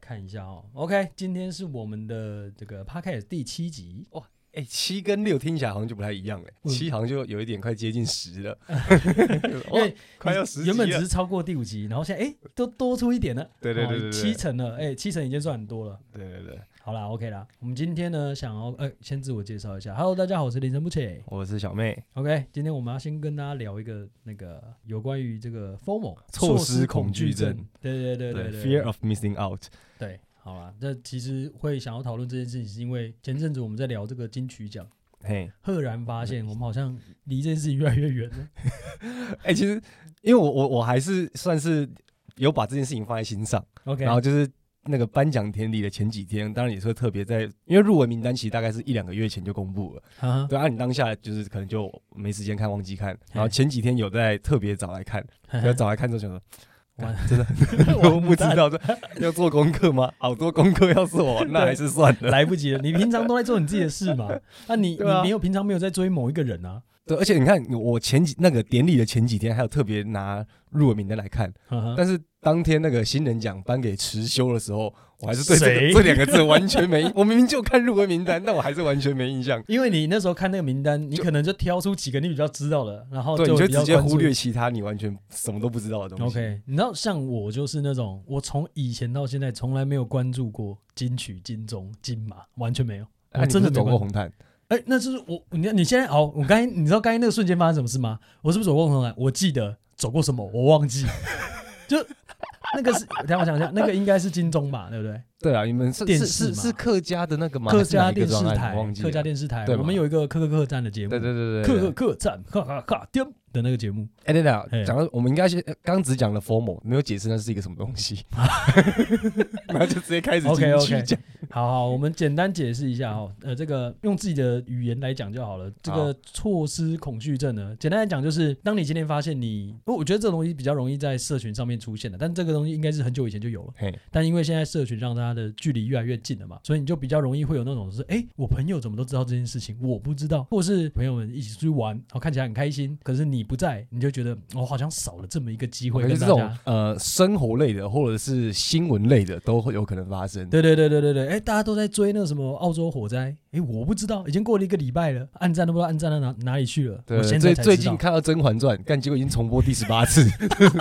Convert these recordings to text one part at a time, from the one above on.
看一下哦。OK，今天是我们的这个 Podcast 第七集，哎，七跟六听起来好像就不太一样哎，嗯七好像就有一点快接近十了， 因哦为，快要十集原本只了是超过第五集，然后现在哎都多出一点了，对对对哦对对七成了，哎七成已经算很多了。对对对，好啦，OK 啦，我们今天呢想要呃先自我介绍一下，Hello，大家好，我是林晨不切我是小妹， OK，今天我们要先跟大家聊一个那个有关于这个 FOMO 错失失恐惧惧症，对对对对对 fear of missing out，对，好啦，那其实会想要讨论这件事情，是因为前阵子我们在聊这个金曲奖，嘿，赫然发嗯现我们好像离这件事情越来越远了。哎、其实因为我我我还是算是有把这件事情放在心上， OK，然后就是那个颁奖典礼的前几天，当然也是会特别在，因为入围名单其实大概是一两个月前就公布了，哈哈对啊，你当下就是可能就没时间看，忘记看，然后嘿嗯前几天有在特别早来看，要 找来看之后想说。完干真的，我 不知道这要做功课吗？ 好多功课要 做，那还是算了。来不及了，你平常都在做你自己的事嘛？那你、对啊你没有平常没有在追某一个人啊？对，而且你看，我前几那个典礼的前几天，还有特别拿入围名单来看，哈哈但是当天那个新人奖颁给持修的时候，我还是对 这谁个这两个字完全没，我明明就看入围名单，但我还是完全没印象。因为你那时候看那个名单，你就可能就挑出几个你比较知道的，然后对，哦你就比较直接关注忽略。其他你完全什么都不知哦道的东西。 OK，你知道像我就是那种，我从以前到现在从来没有关注过金曲、金钟、金马，完全没有。我啊你真的没不是走关过红毯，哎、那就是我，你看你现在哦，我刚才你知道刚才那个瞬间发生什么事吗？我是不是走过红啊毯？我记得走过什么，我忘记。就那个是，等一下我想一下，那个应该是金钟吧，对不对？对啊，你们是电是视是嘛是客家的那个吗？客还是哪家一个电视专案台我忘，记客家了电视台，对我们嘛有一个客客客栈的节目，对对对对客对客对。客栈，哈哈哈，颠的那个节目。哎，等等嘿，讲到我们应该先刚只讲了 formal，没有解释那是一个什么 东西，然后就直接开始进 OK，OK 去讲。好好，我们简单解释一下哈，呃，这个用自己的语言来讲就好了。这个错失恐惧症呢，简单来讲就是，当你今天发现你，哦我觉得这个东西比较容易在社群上面出现的，但这个东西应该是很久以前就有了，嘿，但因为现在社群让大家的距离越来越近了嘛，所以你就比较容易会有那种就是，哎，我朋友怎么都知道这件事情，我不知道，或是朋友们一起出去玩，然后看起来很开心，可是你不在，你就觉得我、哦好像少了这么一个机会可跟是这大种家。呃生活类的或者是新闻类的都会有可能发生。对对对对对对，哎，大家都在追那个什么澳洲火灾，哎，我不知道，已经过了一个礼拜了，暗战都不知道暗战到哪哪里去了。对，我现在最才最知道近看到《甄嬛传》，但结果已经重播第十八次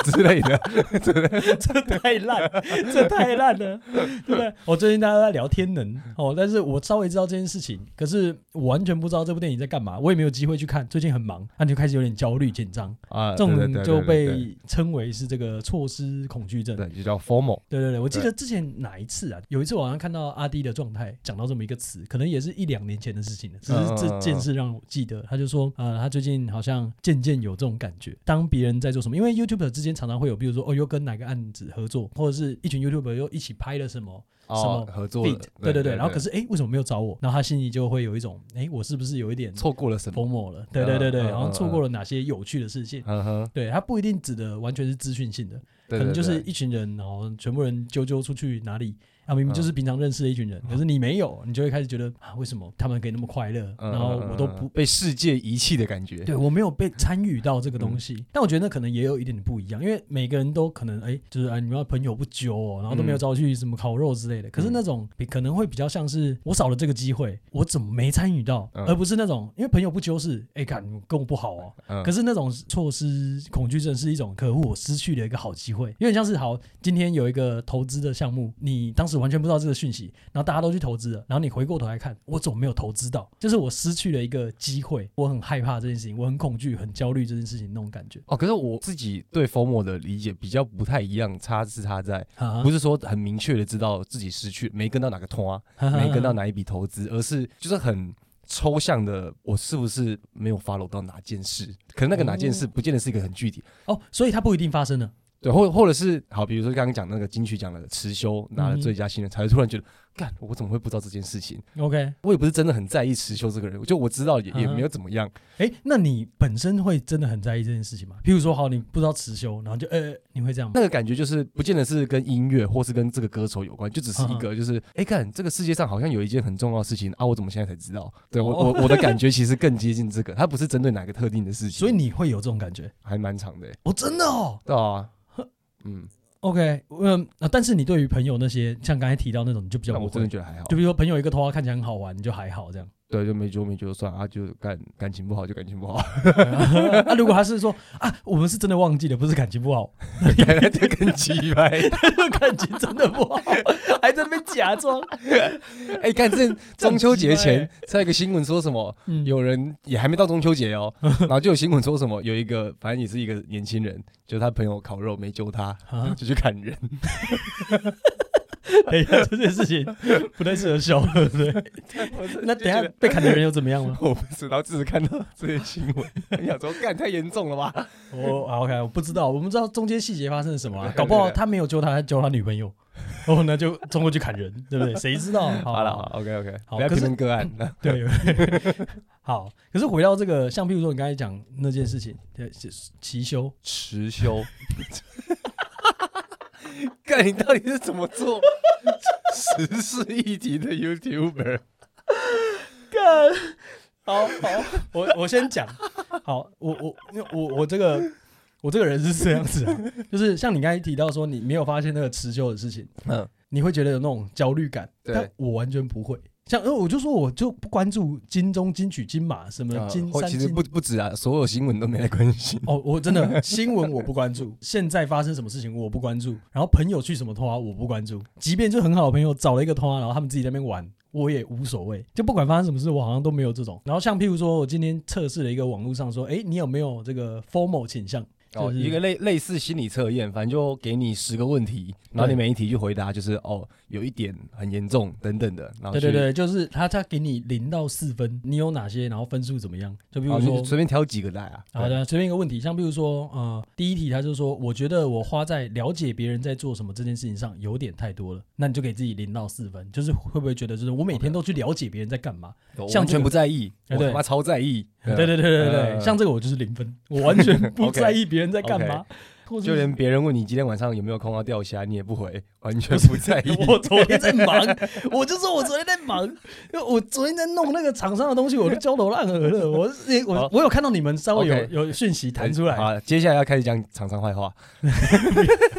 之类的。 这太烂，这太烂了，对不对？我最近大家都在聊天能哦，但是我稍微知道这件事情，可是我完全不知道这部电影在干嘛，我也没有机会去看，最近很忙，那、你就开始有点焦虑紧张，啊，这对种对人对就对对被称为是这个错失恐惧症。对，就叫 formal。对对对，我记对得之前哪一次啊？有一次我好像看到阿弟的状态，讲到这么一个词，可能也是一两年前的事情了，嗯只是这件事让我记得。他就说，呃，他最近好像渐渐有这种感觉，当别人在做什么，因为 YouTuber 之间常常会有，比如说哦，又跟哪个案子合作，或者是一群 YouTuber 又一起拍了什么什么哦，合作 feat，对对对，然后可是是哎，为什么没有找我？然后他心里就会有一种，哎，我是不是有一点嗯错过了什么？疯魔了？对对对对，嗯嗯嗯好像错过了哪些有趣的事情。嗯哼，对，他不一定指的完全是资讯性的，对可能对就是对嗯一群人，然后全部人揪揪出去哪里啊，明明就是平常认识的一群人，可是你没有，你就会开始觉得啊，为什么他们可以那么快乐，嗯然后嗯我都嗯不。被世界遗弃的感觉。对我没有被参与到这个嗯东西，但我觉得那可能也有一点点不一样，因为每个人都可能哎，就是啊，你们要朋友不揪哦，然后都没有嗯找我去什么烤肉之类的。可是嗯那种比可能会比较像是我少了这个机会，我怎么没参与到，嗯而不是那种因为朋友不揪是哎，看你们跟我不好哦，嗯，可是那种措施恐惧症是一种可恶，我失去了一个好机会，有点像是好，今天有一个投资的项目，你当时完全不知道这个讯息，然后大家都去投资了，然后你回过头来看，我怎么没有投资到？就是我失去了一个机会，我很害怕这件事情，我很恐惧、很焦虑这件事情那种感觉。哦，可是我自己对 formal 的理解比较不太一样，差是差在啊不是说很明确的知道自己失去没跟到哪个团啊，没跟到哪一笔投资，而是就是很抽象的，我是不是没有 follow 到哪件事？可能那个哪件事不见得是一个很具体，哦，所以它不一定发生了。对，或或者是好，比如说刚刚讲那个金曲奖的持修拿了最佳新人，才会突然觉得，干，我怎么会不知道这件事情？ OK，我也不是真的很在意持修这个人，就我知道也也嗯哼没有怎么样。哎，那你本身会真的很在意这件事情吗？譬如说，好，你不知道辞修，然后就呃，你会这样吗？那个感觉就是不见得是跟音乐或是跟这个歌手有关，就只是一嗯个就是，哎、干，这个世界上好像有一件很重要的事情啊，我怎么现在才知道？对我哦我我的感觉其实更接近这个，它不是针对哪个特定的事情，所以你会有这种感觉？还蛮长的、欸，哦，真的哦，对啊，嗯， OK，嗯、呃但是你对于朋友那些，像刚才提到那种，你就比较但不我会真的觉得还好就，比如说朋友一个头发啊看起来很好玩，你就还好这 样。对，就没就没觉得算啊，就感感情不好就感情不好，那、如果他是说啊，我们是真的忘记了，不是 感情不 好，就更鸡掰。感情真的不好，还在那边假装。哎，看这中秋 这节很鸡前，在一个新闻说什么，嗯，有人也还没到中秋 节哦，然后就有新闻说什么，有一个反正也是一个年轻人，就是他朋友烤肉没揪他啊，就去砍 人。等一下这件事情不太适合笑，对 不对？那等一下被砍的人又怎么样了？我不知道，只是看到这些新闻，我想说，干太严重了吧？我啊 OK，我不知道，我们知道中间细节发生了什么、啊，搞不好他没有救他，他救他女朋友， 然后呢就冲过去砍人，对不 对？谁知道？好好了，好，OK OK，好不要可评是论个案。对， 好。可是回到这个，像譬如说你刚才讲那件事情，对，齐修， 持修，干你到底是怎么做时事议题的 YouTuber？干，好好，我我先讲，好，我我因为我我这个我这个人是这样子啊，就是像你刚才提到说你没有发现那个持久的事情， 嗯，你会觉得有那种焦虑感，对但我完全不会。像，因呃为我就说，我就不关注金钟、金曲、金马什么呃金或三其实金不不止啊，所有新闻都没来关心。哦，我真的新闻我不关注， 现在发生什么事情我不关注，然后朋友去什么拖啊我不关注，即便就很好的朋友找了一个拖啊，然后他们自己在那边玩。我也无所谓，就不管发生什么事，我好像都没有这种。然后像譬如说，我今天测试了一个网络上说，哎，你有没有这个 formal 倾向？就 哦，是一个类类似心理测验，反正就给你十个问题，然后对你每一题去回答，就是哦，有一点很严重等等的，然后对对去，对，就是他他给你零到四分，你有哪些？然后分数怎么样？就比比如如说，说随便挑几个来啊。好对，的，随便一个问题，像比如说，呃，第一题他就说，我觉得我花在了解别人在做什么这件事情上有点太多了，那你就给自己零到四分，就是会不会觉得就是我每天都去了解别人在干嘛？我像完这个全不在意，哦哎我对他妈超在意。对对对对对对，呃像这个我就是零分，我完全不 OK，在意别人在干嘛，或者就是连别人问你今天晚上有没有空要钓虾，你也不回，完全不在意。 我昨天在忙，我就说我昨天在忙，因为我昨天在弄那个厂商的东西，我都焦头烂额了。我是我好我有看到你们稍微有 OK 有讯息弹出来，好，接下来要开始讲厂商坏话。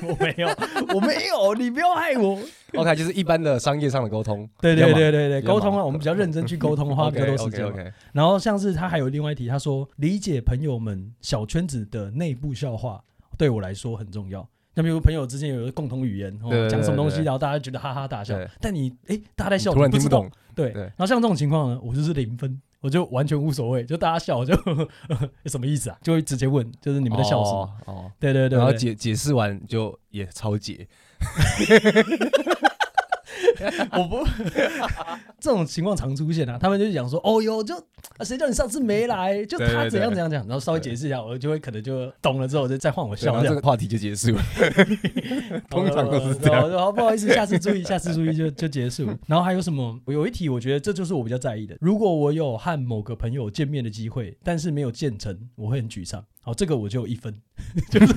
我没有， 我没有，你不要害我。 OK，就是一般的商业上的沟通。对对对对对，比较沟忙通啊，我们比较认真去沟通，花比较多时 OK 间嘛。 OK，然后像是他还有另外一题，他说理解朋友们小圈子的内部笑话对我来说很重要。那比如朋友之间有一个共同语言，哦对对对讲什么东西，对对然后大家觉得哈哈大笑对，但你哎，大家在笑，突然你听不知不道懂。，哦对，对然后像这种情况呢，我就是零分，我就完全无所谓，就大家笑，我就 什么意思啊，就会直接问，就是你你们在笑什么？么？哦，对对对，然后对解解释完就也超解。我不，这种情况常出现啊。他们就讲说，哦哟，就啊谁叫你上次没来，就对对他对怎样怎样讲，然后稍微解释一下，我就会可能就懂了之后，我就再换我对笑然后这这样。个话题就结束 了。 通常都是这样。样我哦说好，不好意思，下次注意，下次注意就就结 束。然后还有什么？我有一题，我觉得这就是我比较在意的。如果我有和某个朋友见面的机会，但是没有见成，我会很沮丧。好，这个我就有一分， 就是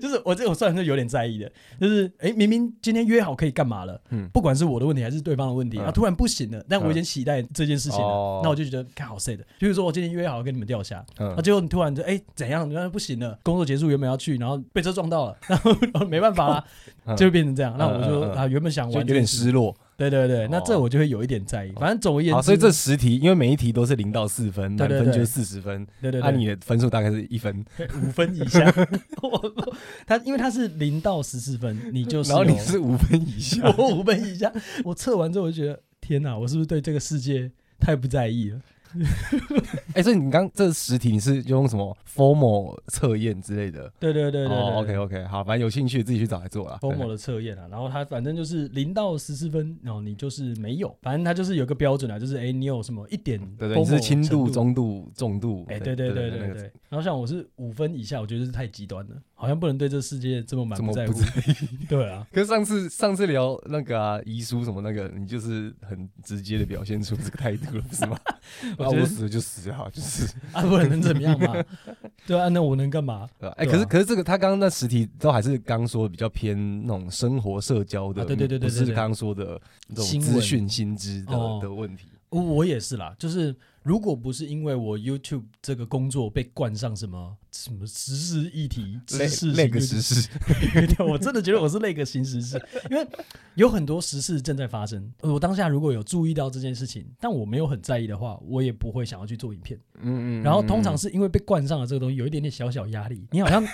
就是我这个算是有点在意的，就是哎，明明今天约好可以干嘛了，嗯不管是我的问题还是对方的问题，嗯然后突然不行了，但我已经期待这件事情了哦，那我就觉得看好 sad。比如说我今天约好跟你们钓虾，嗯啊，，结果你突然就哎、怎样？原来不行了，工作结束原本要去，然后被车撞到了，然后然后没办法啦，嗯就会变成这样。那我就嗯嗯嗯啊原本想就玩有这件点事，失落。对对对，那哦这我就会有一点在意。反正总而言好，之，所以这十题，因为每一题都是零到四分，对满对分就对是四十分，对对那你对，的分数大概是一分，五分以下，我他因为他是零到十四分，你就是然后你有。是五分以下我五分以下，我测完之后我就觉得天哪，我是不是对这个世界太不在意了？哎，所以你刚这十题你是用什么 formal 测验之类的？对对对对对哦对，OK OK，好，反正有兴趣自己去找来做啦。 FOMO 的测验啊，然后它反正就是零到十四分，然后你就是没有，反正它就是有个标准啊，就是哎、你有什么一点嗯对对，你 FOMO 是轻度、程中度、重度。哎、对对对对那对个然后像我是五分以下，我觉得是太极端了，好像不能对这世界这么满怎么不在不乎。在意？ 对啊，可是上次上次聊那个啊遗书什么那个，你就是很直接的表现出这个态度了，不是吗？ 我啊，觉得我死了就死啊，就是啊，不然能怎么样嘛？ 对啊，那我能干嘛？对吧？哎，对啊可是可是这个他刚刚那十题都还是刚说比较偏那种生活社交的，啊对对对对不对是对刚刚说的这种新闻资讯薪资的哦的问题。我我也是啦，就是如果不是因为我 YouTube 这个工作被冠上什么什么时事议题、知识那型个 YouTube- 时事， 对，我真的觉得我是那个新时事，因为有很多时事正在发生。呃我当下如果有注意到这件事情，但我没有很在意的话，我也不会想要去做影片。嗯然后通常是因为被冠上了这个东西，有一点点小小压力。你好像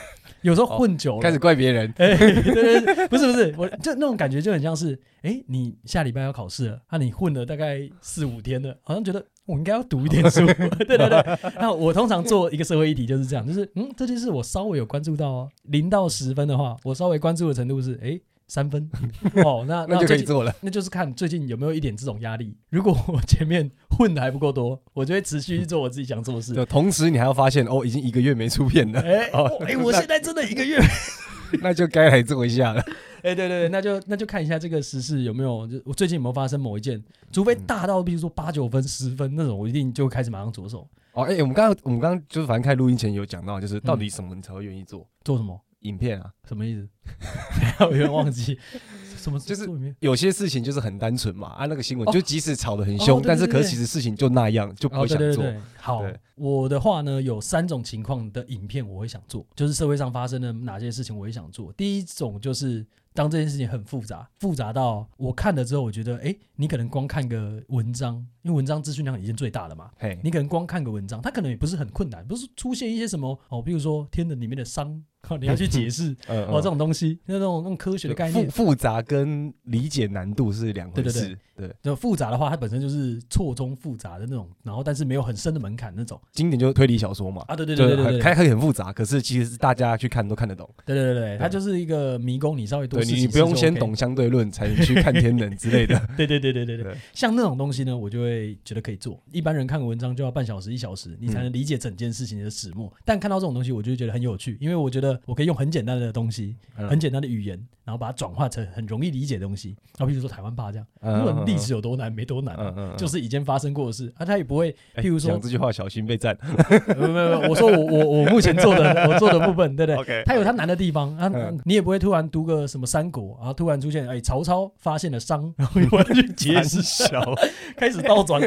有时候混久了， 开始怪别人，哎、对对对， 不是不是，我就那种感觉就很像是，哎、你下礼拜要考试了，那、你混了大概四五天了，好像觉得我应该要读一点书， 对对对。那我通常做一个社会议题就是这样，就是嗯，这件事我稍微有关注到哦，零到十分的话，我稍微关注的程度是，哎、三分， 哦，那 那就可最以近做了。那就是看最近有没有一点这种压力。如果我前面混的还不够多，我就会持续去做我自己想做的事。就同时你还要发现哦，已经一个月没出片了，哎、哦哦哎，我那现在真的一个月 那就该来做一下了。哎、对对对，那就那就看一下这个时事有没有，就我最近有没有发生某一件，除非嗯大到比如说八九分、十分那种，我一定就开始马上着手哦，哎，我们刚刚我们刚刚就是反正开录音前有讲到，就是到底什么你才会愿意做做什么？影片啊？什么意思？ 我有点忘记什么就是做里面有些事情就是很单纯嘛，啊，那个新闻哦就即使吵得很哦凶，对但是对可对是其实事情就那样，就不哦，会对想对做。对，好对，我的话呢有三种情况的影片我会想做，就是社会上发生的哪些事情我也想做。第一种就是当这件事情很复杂，复杂到我看了之后，我觉得哎，你可能光看个文章，因为文章资讯量已经最大了嘛，嘿，你可能光看个文章，它可能也不是很困难，不是出现一些什么哦，比如说天的里面的伤，靠你要去解释呃哦这种东西，那种那种科学的概念，复复杂跟理解难度是两回事。对那复杂的话，它本身就是错综复杂的那种，然后但是没有很深的门槛那种经典就是推理小说嘛，啊，对对对对对对对开开很复杂，可是其实是大家去看都看得懂。对对对对，它就是一个迷宫，你稍微多对试你，几你次不用就先 OK 懂相对论才能去看天能 之类 的。对对对对对对对，像那种东西呢，我就会觉得可以做。一般人看个文章就要半小时一小时，你才能理解整件事情的始末。但看到这种东西，我就觉得很有趣，因为我觉得我可以用很简单的东西，嗯很简单的语言，然后把它转化成很容易理解的东西。然后譬如说台湾霸这样，嗯无论历史有多难，没多难啊、嗯嗯嗯哎就是以前发生过的事，啊，他也不会，譬如说讲，这句话小心被赞。呃没有没有，我说我我我目前做的我做的部分， 对不对？ OK，它有它难的地方啊嗯，你也不会突然读个什么三国，然后突然出现哎，曹操发现了商，然 后我要去解释小，开始倒 转，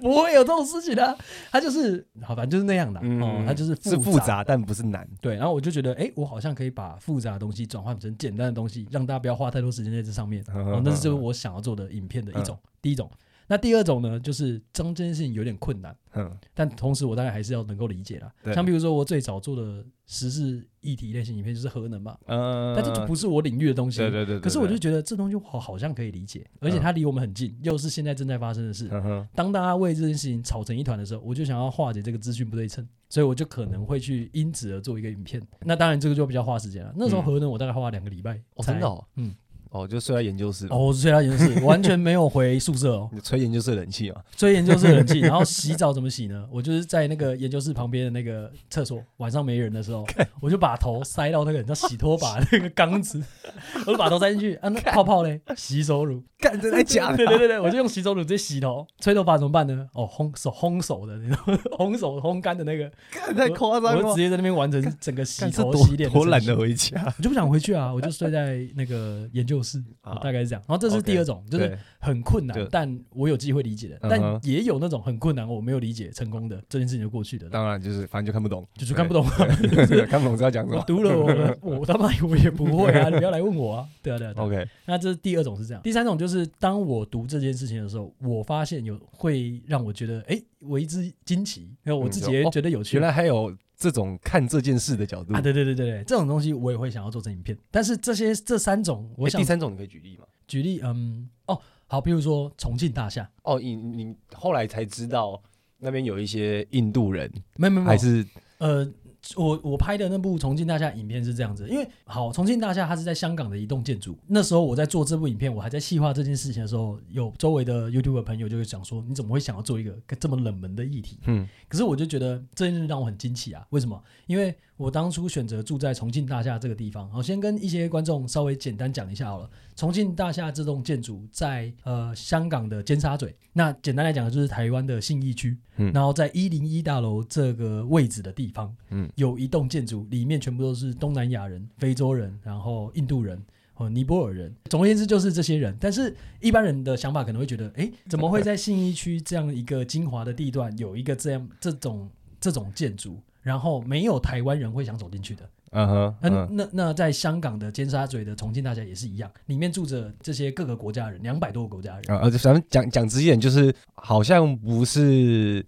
不会有这种事情的、啊。他就是好，反正就是那样的、哦，他就是 嗯是复杂，但不是难。对，然后我就觉得，哎，我好像可以把复杂的东西转换成简单的东西，让大家不要花太多时间在这上 面。嗯哦，那是就是我想要做的影片的一种，第一种。那第二种呢，就是当这件事情有点困难，嗯但同时我当然还是要能够理解啦。对像比如说我最早做的时事议题类型影片就是核能嘛，嗯但这就不是我领域的东西。对对对。对可是我就对觉得这东西我好像可以理解，而且它离我们很近，又是现在正在发生的事。嗯哼当大家为这件事情吵成一团的时候，我就想要化解这个资讯不对称，所以我就可能会去因此而做一个影片。那当然，这个就比较花时间了。那时候核能我大概花了两个礼拜哦，才真的哦，嗯，哦，就睡在研究室，哦，我是睡到研究 室，完全没有回宿舍哦，你吹研究室的冷气哦 嘛。所以研究室冷气。然后洗澡怎么洗呢？我就是在那个研究室旁边的那个厕所，晚上没人的 时候，我就把头塞到那个你知道洗拖把那个缸子， 我就把头塞进去啊，那泡泡嘞，洗手乳。干，真的假对对对对，我就用洗手乳直接洗头，吹头发怎么办呢？哦，烘手烘手的，你知道吗 烘手烘干的那个，干太夸张我就了直。接在那边完成整个洗干这头多洗脸，多懒得，回家。 我就不想回去啊，我就睡在那个研究室，啊大概是这样。然后这是 OK，第二种，就是对很困就难，但我有机会理解的，嗯哼但也有那种很困难我没有理解成功的，这件事情就过去的，当然就是反正就看不懂， 就是看不懂。对，对 看不懂知道讲什我么。读了我我我他妈我也不会啊，你不要来问我啊，对啊对啊。对啊 OK，那这是第二种是这样，第三种就是当我读这件事情的时候，我发现有会让我觉得哎为之惊奇，然后我自己也觉得有趣。嗯哦原来还有这种看这件事的角度啊，。对对对对对，这种东西我也会想要做成影片。但是这些这三种，我诶想哎第三种你可以举例嘛？举例，嗯，哦，好，比如说重庆大厦，哦，你你后来才知道那边有一些印度人，没有没有没还有，是呃，我我拍的那部重庆大厦影片是这样子，因为好，重庆大厦它是在香港的一栋建筑。那时候我在做这部影片，我还在细化这件事情的时候，有周围的 YouTube 朋友就会讲说，你怎么会想要做一个这么冷门的议题？嗯可是我就觉得这件事让我很惊奇啊！为什么？因为我当初选择住在重庆大厦这个地方。好，先跟一些观众稍微简单讲一下好了。重庆大厦这栋建筑在呃香港的尖沙咀，那简单来讲就是台湾的信义区。嗯然后在一零一大楼这个位置的地方，嗯有一栋建筑，里面全部都是东南亚人、非洲人，然后印度人。哦，尼泊尔人。总而言之，就是这些人。但是一般人的想法可能会觉得， 诶，怎么会在信义区这样一个精华的地段有一个这样这种这种建筑，然后没有台湾人会想走进去的？嗯哼，那、嗯那那在香港的尖沙咀的重庆大厦也是一样，里面住着这些各个国家的人，两百多个国家的人啊，而且咱们讲讲直一点，就是好像不是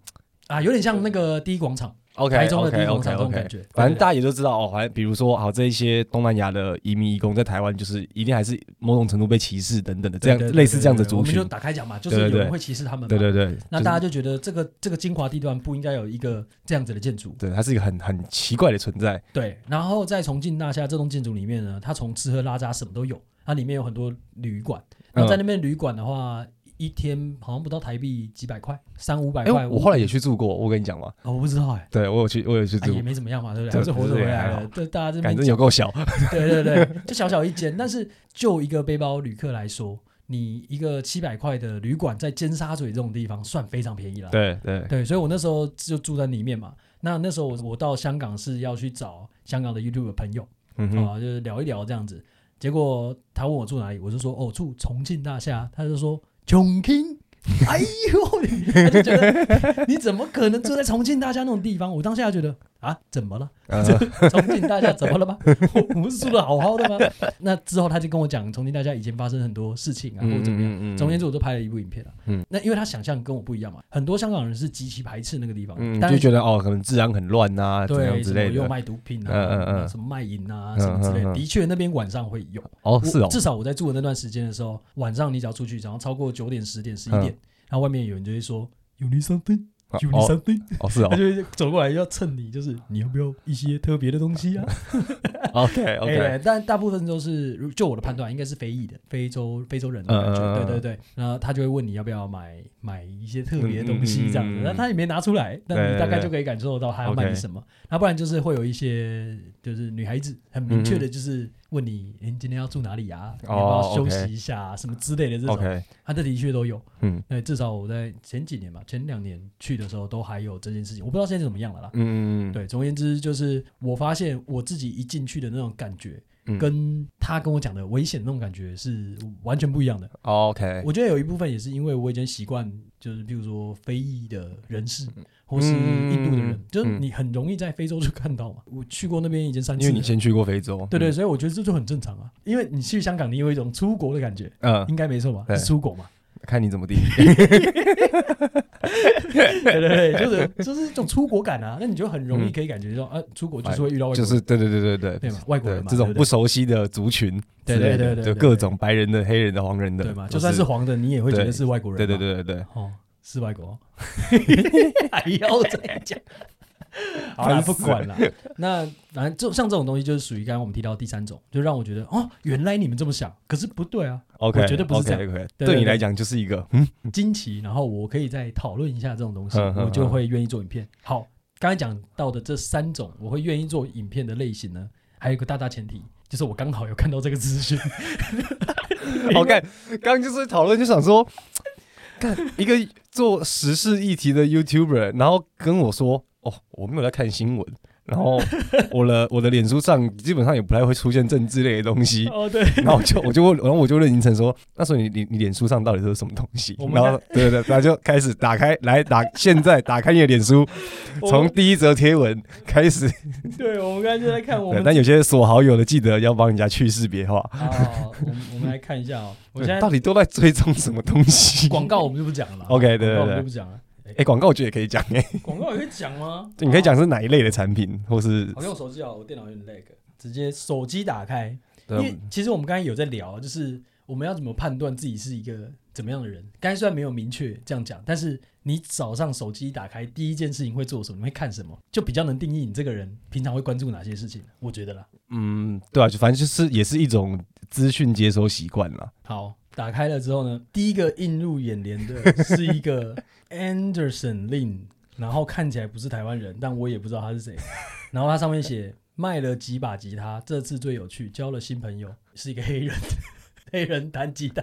啊，有点像那个第一广场。 OK 台中的 OK 第一 OK 广场这种 OK 感觉对嗯反正对大家也都知道哦，好像比如说好这一些东南亚的移民移工在台湾，就是一定还是某种程度被歧视等等的，这样对对对类似这样的族我们就。群打开讲嘛，就对是对有对人会歧视他们嘛。对对对，那就是大家就觉得这个这个精华地段不应该有一个这样子的建筑，对它是一个很很奇怪的存在。对。然后在重庆大厦这栋建筑里面呢，它从吃喝拉撒什么都有，它里面有很多旅馆。嗯然后在那边旅馆的话，一天好像不到台币几百块，三五百哎，块。我后来也去住过，我跟你讲嘛，哦，我不知道哎、对我有去我有去哎住也，没怎么样嘛，对不对？对还是活着回来对还了。好对，大家这边感觉有够小。对对对， 就小小一间，但是就一个背包旅客来说，你一个七百块的旅馆在尖沙咀这种地方算非常便宜了。对对，对，所以我那时候就住在里面嘛。那那时候我我到香港是要去找香港的 YouTube 朋友嗯啊、哼，就是聊一聊这样子。结果他问我住哪里，我就说哦住重庆大厦，啊他就说重庆。哎呦， 他就觉得你怎么可能住在重庆大厦那种地方？我当下觉得啊，怎么了？嗯重庆大厦怎么了吗？ 我我不是住的好好的吗？ 那之后他就跟我讲，重庆大厦以前发生很多事情啊，或者怎么样。嗯总而言之，我都拍了一部影片啊。嗯那因为他想象跟我不一样嘛，很多香港人是极其排斥那个地方，嗯，但就觉得哦，可能治安很乱呐，怎样对之什么类又的。卖毒品啊，嗯嗯嗯什么卖淫啊，嗯什么之类的。嗯嗯的确，那边晚上会有。哦，我是哦，至少我在住的那段时间的时候，晚上你只要出去，然后超过九点、十点、十一点，然后外面有人就会说 “You need something, you need 嗯哦 something”，、哦 是他哦就会走过来要蹭你，就是你要不要一些特别的东西啊？ ，OK 哎 OK，对但大部分都是，如就我的判断，应该是非裔的，非洲非洲人的嗯感觉，嗯嗯对对对。然后他就会问你要不要买买一些特别的东西嗯嗯嗯这样子，嗯嗯那、他也没拿出来，对但你对大概对就可以感受到他要卖你什么。那不然就是会有一些就是女孩子很明确的，就是问你，哎、你今天要住哪里啊？你要不哦要休，OK 息一下、啊什么之类的这种， OK，他这的确都有。嗯对，至少我在前几年吧，前两年去的时候都还有这件事情，我不知道现在怎么样了啦。嗯，对，总而言之，就是我发现我自己一进去的那种感觉，嗯跟他跟我讲的危险那种感觉是完全不一样的。 OK，我觉得有一部分也是因为我已经习惯，就是比如说非裔的人士，或是嗯印度的人，就是嗯你很容易在非洲就看到嘛。我去过那边已经三因次为了你，先去过非洲，嗯对对，所以我觉得这就很正常啊。因为你去香港，你有一种出国的感觉，嗯，嗯，应该没错吧？对是出 国嘛？看你怎么定义。对对对，就是就是这种出国感啊。那你就很容易可以感觉到，啊，出国就是会遇到外国 就人，是对对对对对对嘛，外国嗯对人嘛，这对种对不熟悉的族群对之对类的，对对对就各种白人的、黑人的、黄人的，对嘛？都就算是黄的，你也会觉得是外国人嘛。对对对对对，哦，是外国， 还要再 讲。好啦，烦死不管了。那反正就像这种东西，就是属于刚刚我们提到的第三种，就让我觉得哦，原来你们这么想，可是不对啊， OK，我觉得不是这样 OK OK，对对对你对来讲就是一个嗯惊奇。然后我可以再讨论一下这种东西，嗯嗯嗯我就会愿意做影片。好，刚才讲到的这三种，我会愿意做影片的类型呢，还有一个大大前提，就是我刚好有看到这个资讯。 ，OK，刚刚就是讨论就想说，看一个做时事议题的 YouTuber，然后跟我说哦，我没有在看新闻，然后我的我的脸书上基本上也不太会出现政治类的东西，哦，对，然后我就我就问，然后我就问银晨说，那时候你你你脸书上到底都是什么东西我？们然后对对对，然后就开始打开来打，现在打开你的脸书，我从第一则贴文开始。对我们刚才就在看我对，们但有些锁好友的，记得要帮人家去识别化。哦，我们我们来看一下哦，我对现在到底都在追踪什么东西？ 广告我们就不讲了嘛。 OK，对广对告我们对就不讲了。哎，广告我觉得也可以讲哎、？广告也可以讲吗你可以讲是哪一类的产品，或是好。好像我手机啊，我电脑有点 lag，直接手机打开。因为对啊其实我们刚才有在聊，就是我们要怎么判断自己是一个怎么样的人。刚才虽然没有明确这样讲，但是你早上手机一打开，第一件事情会做什么？你会看什么？就比较能定义你这个人平常会关注哪些事情。我觉得啦。嗯，对啊，就反正就是也是一种资讯接收习惯啦。好，打开了之后呢，第一个映入眼帘的是一 个 Anderson Lin，然后看起来不是台湾人，但我也不知道他是谁。然后他上面写卖了几把吉他，这次最有趣，交了新朋友，是一个黑人，黑人弹吉 他。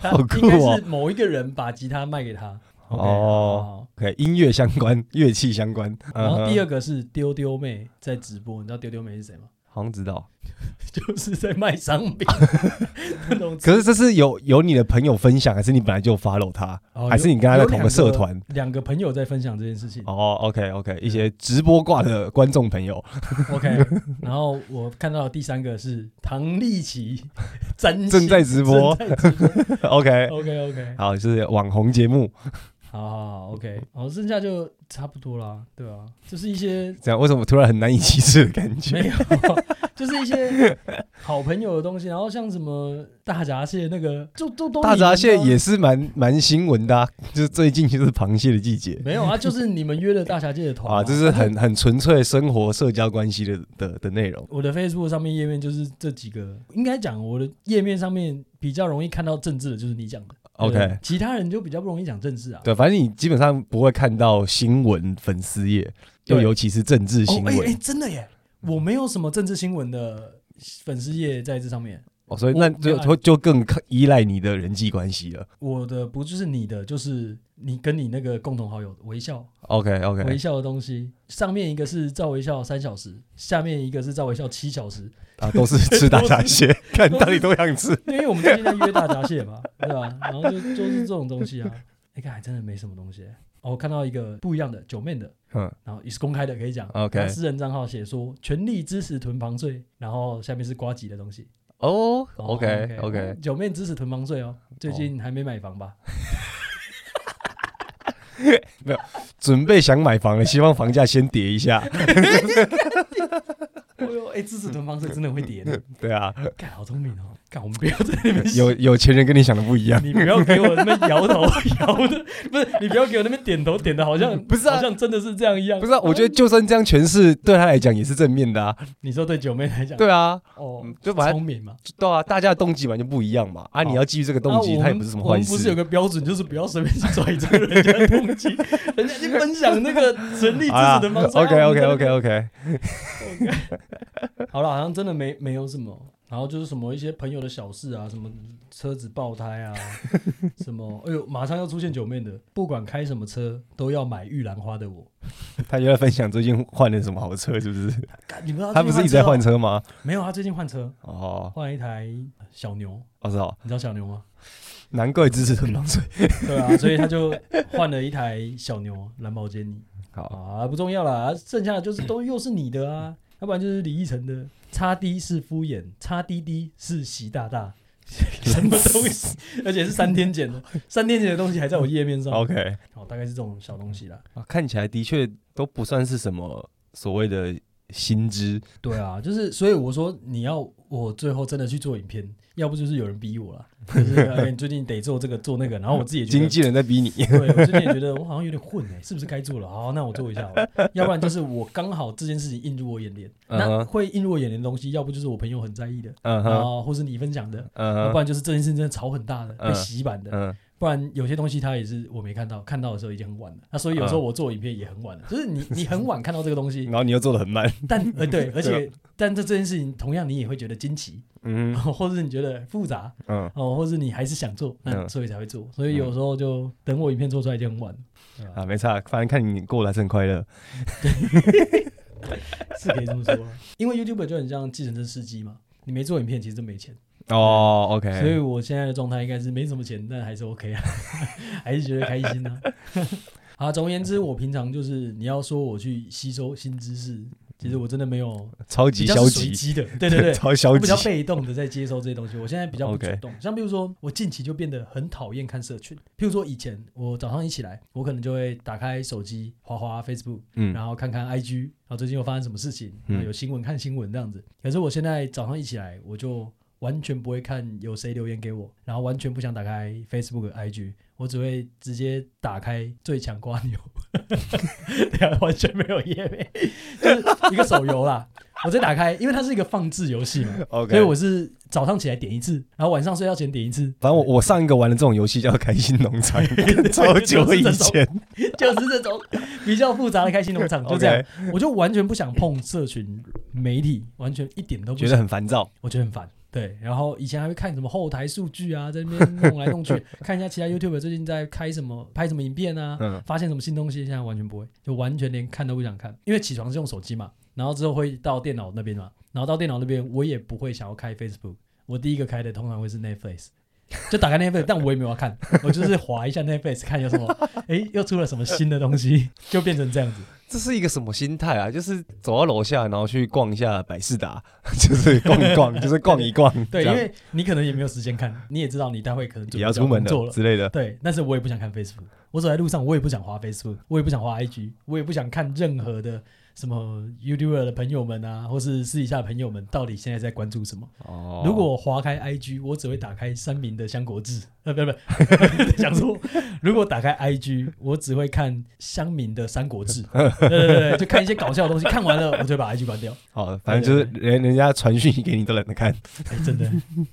他好酷哦应该是某一个人把吉他卖给他。OK，好好哦好，OK，音乐相关、乐器相关。嗯然后第二，二个是丢丢妹在直播，你知道丢丢妹是谁吗？ 好像知道。就是在卖商 品那种词。可是这是有有你的朋友分享，还是你本来就 follow 他，哦还是有你跟他在有同两个社团？两个朋友在分享这件事情。哦，OK OK，一些直播挂的观众朋友， OK，然后我看到的第三个是唐立 奇占星正在直 播正在直播 OK， OK OK，好，就是网红节目好好好 OK，好，剩下就差不多啦，对啊，就是一些这样，为什么突然很难以启齿的感觉？没有， 就是一些好朋友的东西，然后像什么大闸蟹那个，就都都大闸蟹你们的啊也是蛮蛮新闻的、啊，就是最近就是螃蟹的季节没有啊，就是你们约了大闸蟹的团 啊，这是很很纯粹生活社交关系的的的内容。我的 Facebook 上面页面就是这几个，应该讲我的页面上面比较容易看到政治的，就是你讲的。对 OK，不对其他人就比较不容易讲政治啊。对，反正你基本上不会看到新闻粉丝页，又对尤其是政治哦新，哎、闻哦,、哎真的耶，我没有什么政治新闻的粉丝页在这上面，哦所以那我没就有就就更看依赖你的人际关系了。我的不就是你的，就是你跟你那个共同好友微笑 OK OK，微笑的东西，上面一个是赵微笑三小时，下面一个是赵微笑七小时，啊，都是吃大 闸蟹，看到底都想吃。因为我们最近在约大闸蟹嘛，对吧、然后就就是这种东西啊，哎、看还真的没什么东西耶、哦，我看到一个不一样的九妹的，嗯，然后也是公开的，可以讲。 OK 他私人账号写说全力支持囤房税，然后下面是瓜吉的东西。哦哦，OK OK， OK，九妹支持囤房税哦，最近还没买房吧？准备想买房了，希望房价先跌 一下。哦呦，哎，支持囤房税真的会跌 的，对啊，干好聪明哦！干，我们不要在那边有有钱人跟你想的不一样。你不要给我那边摇头摇的，不是你不要给我那边点头点的，好像不是啊好像真的是这样一样。不是啊，我觉哦得就算这样诠释，对他来讲也是正 面的啊。你说对九妹来讲，对啊，哦嗯，就把它聪明嘛。对啊，大家的动机完全不一样嘛。啊，你要基于这个动啊机，我他也们不是什么我坏们不是有事。个标准，就是不要随便去揣测人家的动机，人家去分享那个成立支持的 方式。 OK 啊 OK OK。OK，我们在那边好了，好像真的没没有什么。然后就是什么一些朋友的小事啊，什么车子爆胎啊， 什么哎呦，马上要出现九妹的，不管开什么车都要买玉兰花的我。他就在分享最近换了什么好车，是不是？干你不知道他不是一直在换车车哦？吗？没有，他最近换车，哦，换了一台小牛，我知道，你知道小牛吗？难怪支持吞狼 水。对啊，所以他就换了一台小牛兰博基尼。 好，啊，不重要啦，剩下的就是都又是你的啊，要不然就是李依晨的。擦滴是敷衍，擦滴滴是习大 大，什么东西？而且是三天剪的，三天剪的东西还在我页面上。 OK，好，大概是这种小东西啦。啊看起来的确都不算是什么所谓的新知。对啊，就是所以我说你要我最后真的去做影片，要不就是有人逼我啦，就是、哎你最近得做这个做那个，然后我自己也觉经得纪人在逼你。 对，我最近也觉得我好像有点混哎、是不是该做了？好，那我做一下好了，要不然就是我刚好这件事情映入我眼帘。嗯那哼会映入我眼帘的东西，要不就是我朋友很在意的，嗯然哼，后或是你分享的，要嗯哦不哼，然就是这件事情真的吵很大的，嗯被洗版的。嗯，不然有些东西它也是我没看到，看到的时候已经很晚了。那所以有时嗯候我做影片也很晚了，就是你你很晚看到这个东西 然，后你又做的很慢。但呃对，而且但这这件事情同样你也会觉得惊奇，啊嗯哼或者是你觉得复杂嗯，哦，或是你还是想做，那嗯所以才会做。所以有时候就等我影片做出来已经很晚了。对吧啊，没差，反正看你过得还是很快乐。是可以这么说啊， 因为 YouTube 就很像计程车司机嘛，你没做影片其实真没钱，哦，OK，所以我现在的状态应该是没什么钱，但还是 OK 啊， 还是觉得开心啊。 啊，总而言之，我平常就是你要说我去吸收新知识，其实我真的没有超级比较嗯消是随极，机的，对对对。 超消我比极较。被动的在接收这些东西，我现在比较不主 OK 动。像比如说，我近期就变得很讨厌看社群。譬如说，以前我早上一起来，我可能就会打开手机，滑滑 Facebook，嗯然后看看 IG，然后最近又发生什么事情，嗯然后有新闻看新闻这样子。可是我现在早上一起来，我就完全不会看有谁留言给我，然后完全不想打开 Facebook、IG，我只会直接打开最强瓜牛， 对啊，完全没有页面，就是一个手游啦。 我再打开，因为它是一个放置游戏嘛， OK，啊所以我是早上起来点一次，然后晚上睡觉前点一次， 反正我我上一个玩的这种游戏叫《开心农场》，超久以前。 就是这种比较复杂的开心农场，就这样 OK，我就完全不想碰社群媒体，完全一点都不觉得想，很烦躁。我觉得很烦。对，然后以前还会看什么后台数据啊，在那边弄来弄 去，看一下其他 YouTube 最近在开什么、拍什么影片啊，嗯发现什么新东西，现在完全不会，就完全连看都不想看，因为起床是用手机嘛，然后之后会到电脑那边嘛，然后到电脑那边，我也不会想要开 Facebook，我第一个开的通常会是 Netflix。就打开 Netflix，但我也没有要看，我就是划一下 Netflix 看有什么，诶，又出了什么新的东西，就变成这样子。这是一个什么心态啊？就是走到楼下，然后去逛一下百事达， 就是逛一 逛，就是逛一逛，对，这因样为你可能也没有时间看，你也知道你待会可能准备也要出门工作了了，之类的。对，但是我也不想看 Facebook，我走在路上，我也不想滑 Facebook，我也不想滑 IG，我也不想看任何的什么 YouTuber 的朋友们啊，或是私底下的朋友们到底现在在关注什么。哦如果我划开 IG，我只会打开三明的《香国志》，呃，不不，想说，如果打开 IG，我只会看香民的《三国志》，对对对，对就看一些搞笑的东西，看完了我就把 IG 关掉。好，哦反正就是人人家传讯息给你都懒得看，，哎、真的，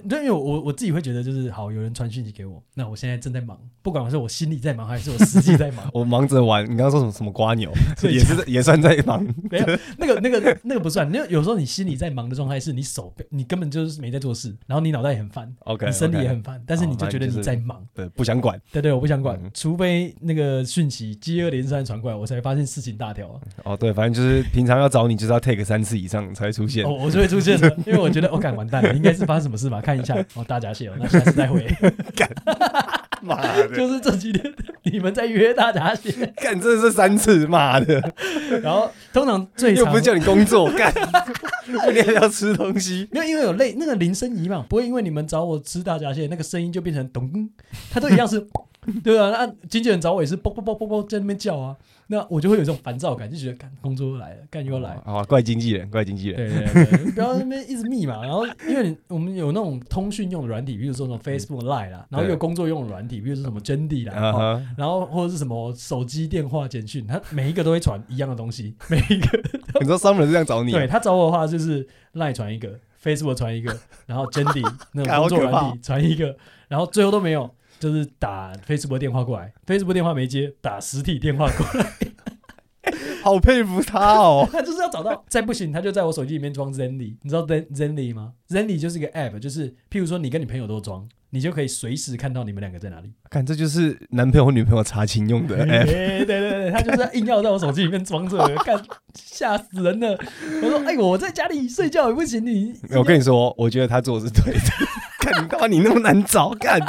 对，因为我我自己会觉得就是好，有人传讯息给我，那我现在正在忙，不管我是我心里在忙还是我实际在忙我忙着玩。你刚刚说什么什么瓜 牛，所以也是也算在 忙。没有那个那个那个不算，因为有时候你心里在忙的状态是你手你根本就是没在做事，然后你脑袋也很烦 OK，你身体也 OK 很烦，但是你就觉得你在忙，对，不想管。对对，我不想管，嗯除非那个讯息接二连三传过来，我才发现事情大条啊，哦，对，反正就是平常要找你，就是要 take 三次以上才会出现哦，。我就会出现的，因为我觉得我感、干完蛋了，应该是发生什么事吧，看一下，哦，大闸蟹哦，那下次再回， 妈的， 就是这几天你们在约大闸蟹。干，真的是三次，妈的，然后通常最又常不是叫你 工作，干，你还要吃东西。没有，因为有类那个铃声一嘛，不会因为你们找我吃大闸蟹，那个声音就变成咚，它都一样是， 对啊，那经纪人找我也是啵啵啵啵啵在那边叫啊，那我就会有一种烦躁感，就觉得干工作又来了，干又来了。哦好，怪经纪人，怪经纪人。对对 对，你不要在那边一直密嘛。然后，因为你我们有那种通讯用的软体，比如说什么 Facebook Line 啦，然后又有工作用的软体，比如说什么 Jendy 啦，啊哦哈，然后或者是什么手机电话简讯，它每一个都会传一样的东西， 每一个你说 Summer 是这样找你？啊对，他找我的话就是赖传一个，Facebook 传一个，然后 Jendy 那种干工作好可怕软体传一个，然后最后都没有，就是打 Facebook 电话过来，Facebook 电话没接，打实体电话过来， 好佩服他哦。他就是要找到，再不行他就在我手机里面装 Zenly，你知道 Zen Zenly 吗？Zenly 就是一个 app，就是譬如说你跟你朋友都装，你就可以随时看到你们两个在哪里。看，这就是男朋友女朋友查情用的哎、 app。对对对，他就是要硬要在我手机里面装这个，干吓死人了。我说，哎、我在家里睡觉也不行，你我跟你说，我觉得他做的是 对的。看你干嘛？你那么难找？干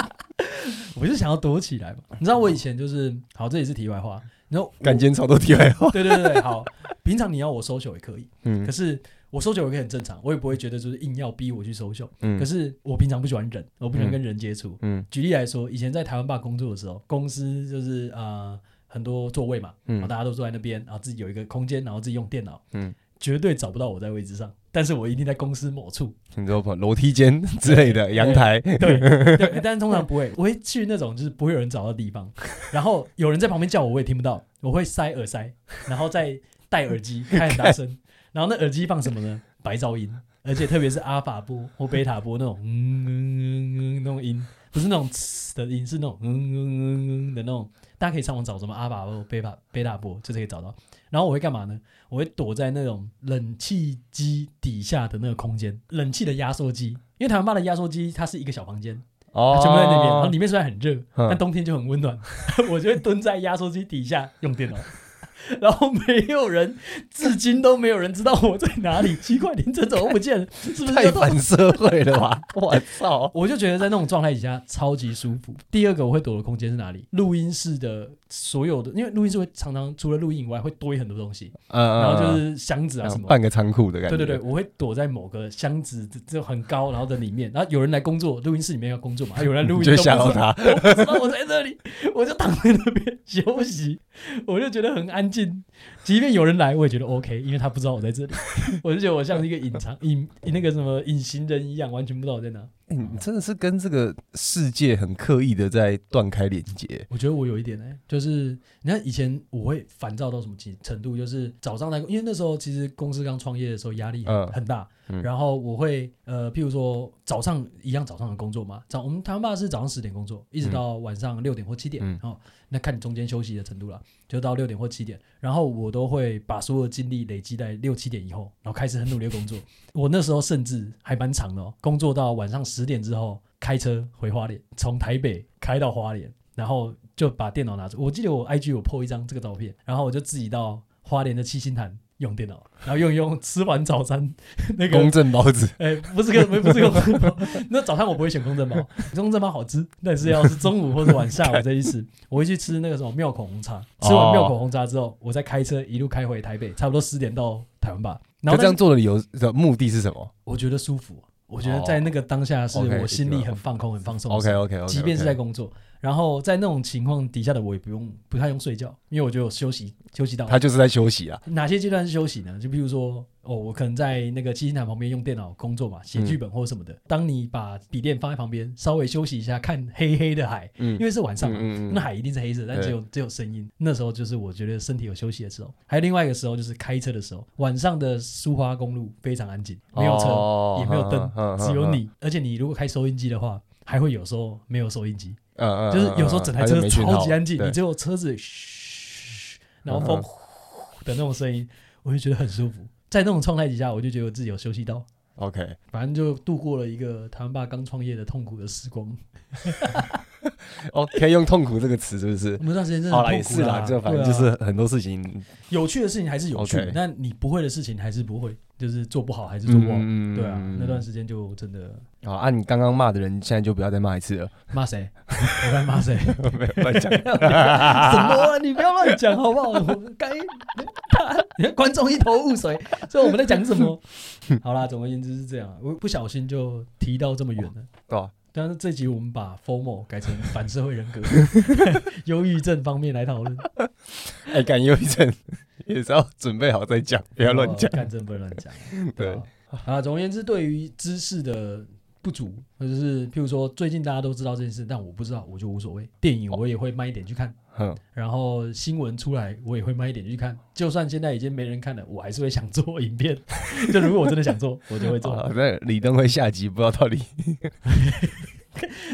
我就想要躲起来 嘛。你知道我以前就是，好，这也是题外话。然后我干，今天超多题外 话。对对对，对好，平常你要我收球也可以，嗯可是我收球也可以很正常，我也不会觉得就是硬要逼我去收球。嗯可是我平常不喜欢人，我不喜欢跟人接触。嗯举例来说，以前在台湾爸工作的时候，公司就是呃很多座位嘛，然后嗯，大家都坐在那边，然后自己有一个空间，然后自己用电脑，嗯绝对找不到我在位置上，但是我一定在公司某处，你说楼梯间之类的阳台，对对，但是通常不会，我会去那种就是不会有人找到的地方，然后有人在旁边叫我，我也听不到，我会塞耳塞，然后再戴耳机开很大声，然后那耳机放什么呢？白噪音，而且特别是阿法波或贝塔波那种嗯嗯嗯嗯那种音，不是那种呲的音，是那种嗯嗯嗯嗯的那种。大家可以上网找什么阿法波、贝塔贝塔波，就是可以找到。然后我会干嘛呢？我会躲在那种冷气机底下的那个空间，冷气的压缩机，因为台湾爸的压缩机它是一个小房间，它哦全部在那边，然后里面虽然很热，嗯但冬天就很温暖，我就会蹲在压缩机底下用电脑。 然后没有人，至今都没有人知道我在哪里。奇怪，连这怎么不见了？是不是太就反社会了吧！我 操！我就觉得在那种状态底下超级舒服。第二个我会躲的空间是哪里？录音室的所有的，因为录音室会常常除了录音以外会堆很多东西，嗯，然后就是箱子啊什么。半个仓库的感对觉。对对，，我会躲在某个箱子这这很高，然后的里面，然后有人来工作，录音室里面要工作嘛，啊有人来录音就都不知吓到道他。我不知道我在这里，我就躺在那边 休息，我就觉得很安静。即便有人来，我也觉得 OK，因为他不知道我在这里， 我就觉得我像一个隐藏隐那个什么隐形人一样，完全不知道我在哪。欸你真的是跟这个世界很刻意的在断开连接。我觉得我有一点哎、就是你看以前我会烦躁到什么程程度，就是早上在，因为那时候其实公司刚创业的时候压力很,、嗯很大，嗯然后我会呃，譬如说早上一样早上的工作嘛，早我们台湾爸是早上十点工作，一直到晚上六点或七点，嗯哦，那看你中间休息的程度了，就到六点或七点，然后我都会把所有的精力累积在六七点以后，然后开始很努力的工作。 我那时候甚至还蛮长的哦，工作到晚上十点之后，开车回花莲，从台北开到花莲，然后就把电脑拿着。我记得我 IG 有 po 一张这个照片，然后我就自己到花莲的七星潭用电脑，然后用一用，吃完早餐 那个公正包子，哎、不是个，不 不是个公正包。那早餐我不会选公正包， 公正包好吃，但是要是中午或者晚 下午这一次，我会去吃那个什么庙口红茶。哦吃完庙口红茶之后，我再开车一路开回台北，差不多十点到台湾吧。然那后这但样是做的理由的目的是什么我觉得舒服，我觉得在那个当下是哦，OK，我心一里个很放空、很放松的时？OK 候。 OK OK，即便是在工作，然后在那种情况底下的我也不用不太用睡觉，因为我就有休息休息到。他就是在休息啊，哪些阶段是休息呢？就比如说，哦，我可能在那个七星潭旁边用电脑工作嘛，写剧本或什么的。嗯当你把笔电放在旁边，稍微休息一下，看黑黑的海，嗯因为是晚上嘛，嗯嗯嗯那海一定是黑色，但对只有只有声音。那时候就是我觉得身体有休息的时候。还有另外一个时候就是开车的时候，晚上的苏花公路非常安静，没有车，哦也没有灯，嗯嗯只有嗯你。而且你如果开收音机的话，还会有时候没有收音机。嗯嗯，就是有时候整台车超级安静，你这只有车子嘘，然后风嗯嗯呼的那种声音，我就觉得很舒服。在那种状态底下，我就觉得我自己有休息到， OK，反正就度过了一个台湾爸刚创业的痛苦的时光。哦，可以用痛苦这个词是不是我？们那段时间真的好很痛啦，也苦是啦，啦，就反对正啊就是很多事情，有趣的事情还是有趣 OK，但你不会的事情还是不会，就是做不好还是做不好。嗯对啊，那段时时间就真的好啊，你刚刚骂的人现在就不要再骂一次了，骂谁？ 我在骂谁？没有乱讲，什么、啊？你不要乱讲好不好？我该他观众一头雾水，所以我们在讲什 么？好啦，总而言之是这样啊，我不小心就提到这么远了。对吧？但是这集我们把 formal 改成反社会人格、 忧郁症方面来讨论，哎，感忧郁症也是要准备好再讲，不要乱讲哦，干真不能乱讲。 对啊，啊，总而言之，对于知识的不足，或者是譬如说最近大家都知道这件事，但我不知道，我就无所谓。电影我也会慢一点去看，嗯，然后新闻出来，我也会慢一点去看。就算现在已经没人看了，我还是会想做影片。 就如果我真的想做，我就会 好做。了啊那李登辉下集不知道到底，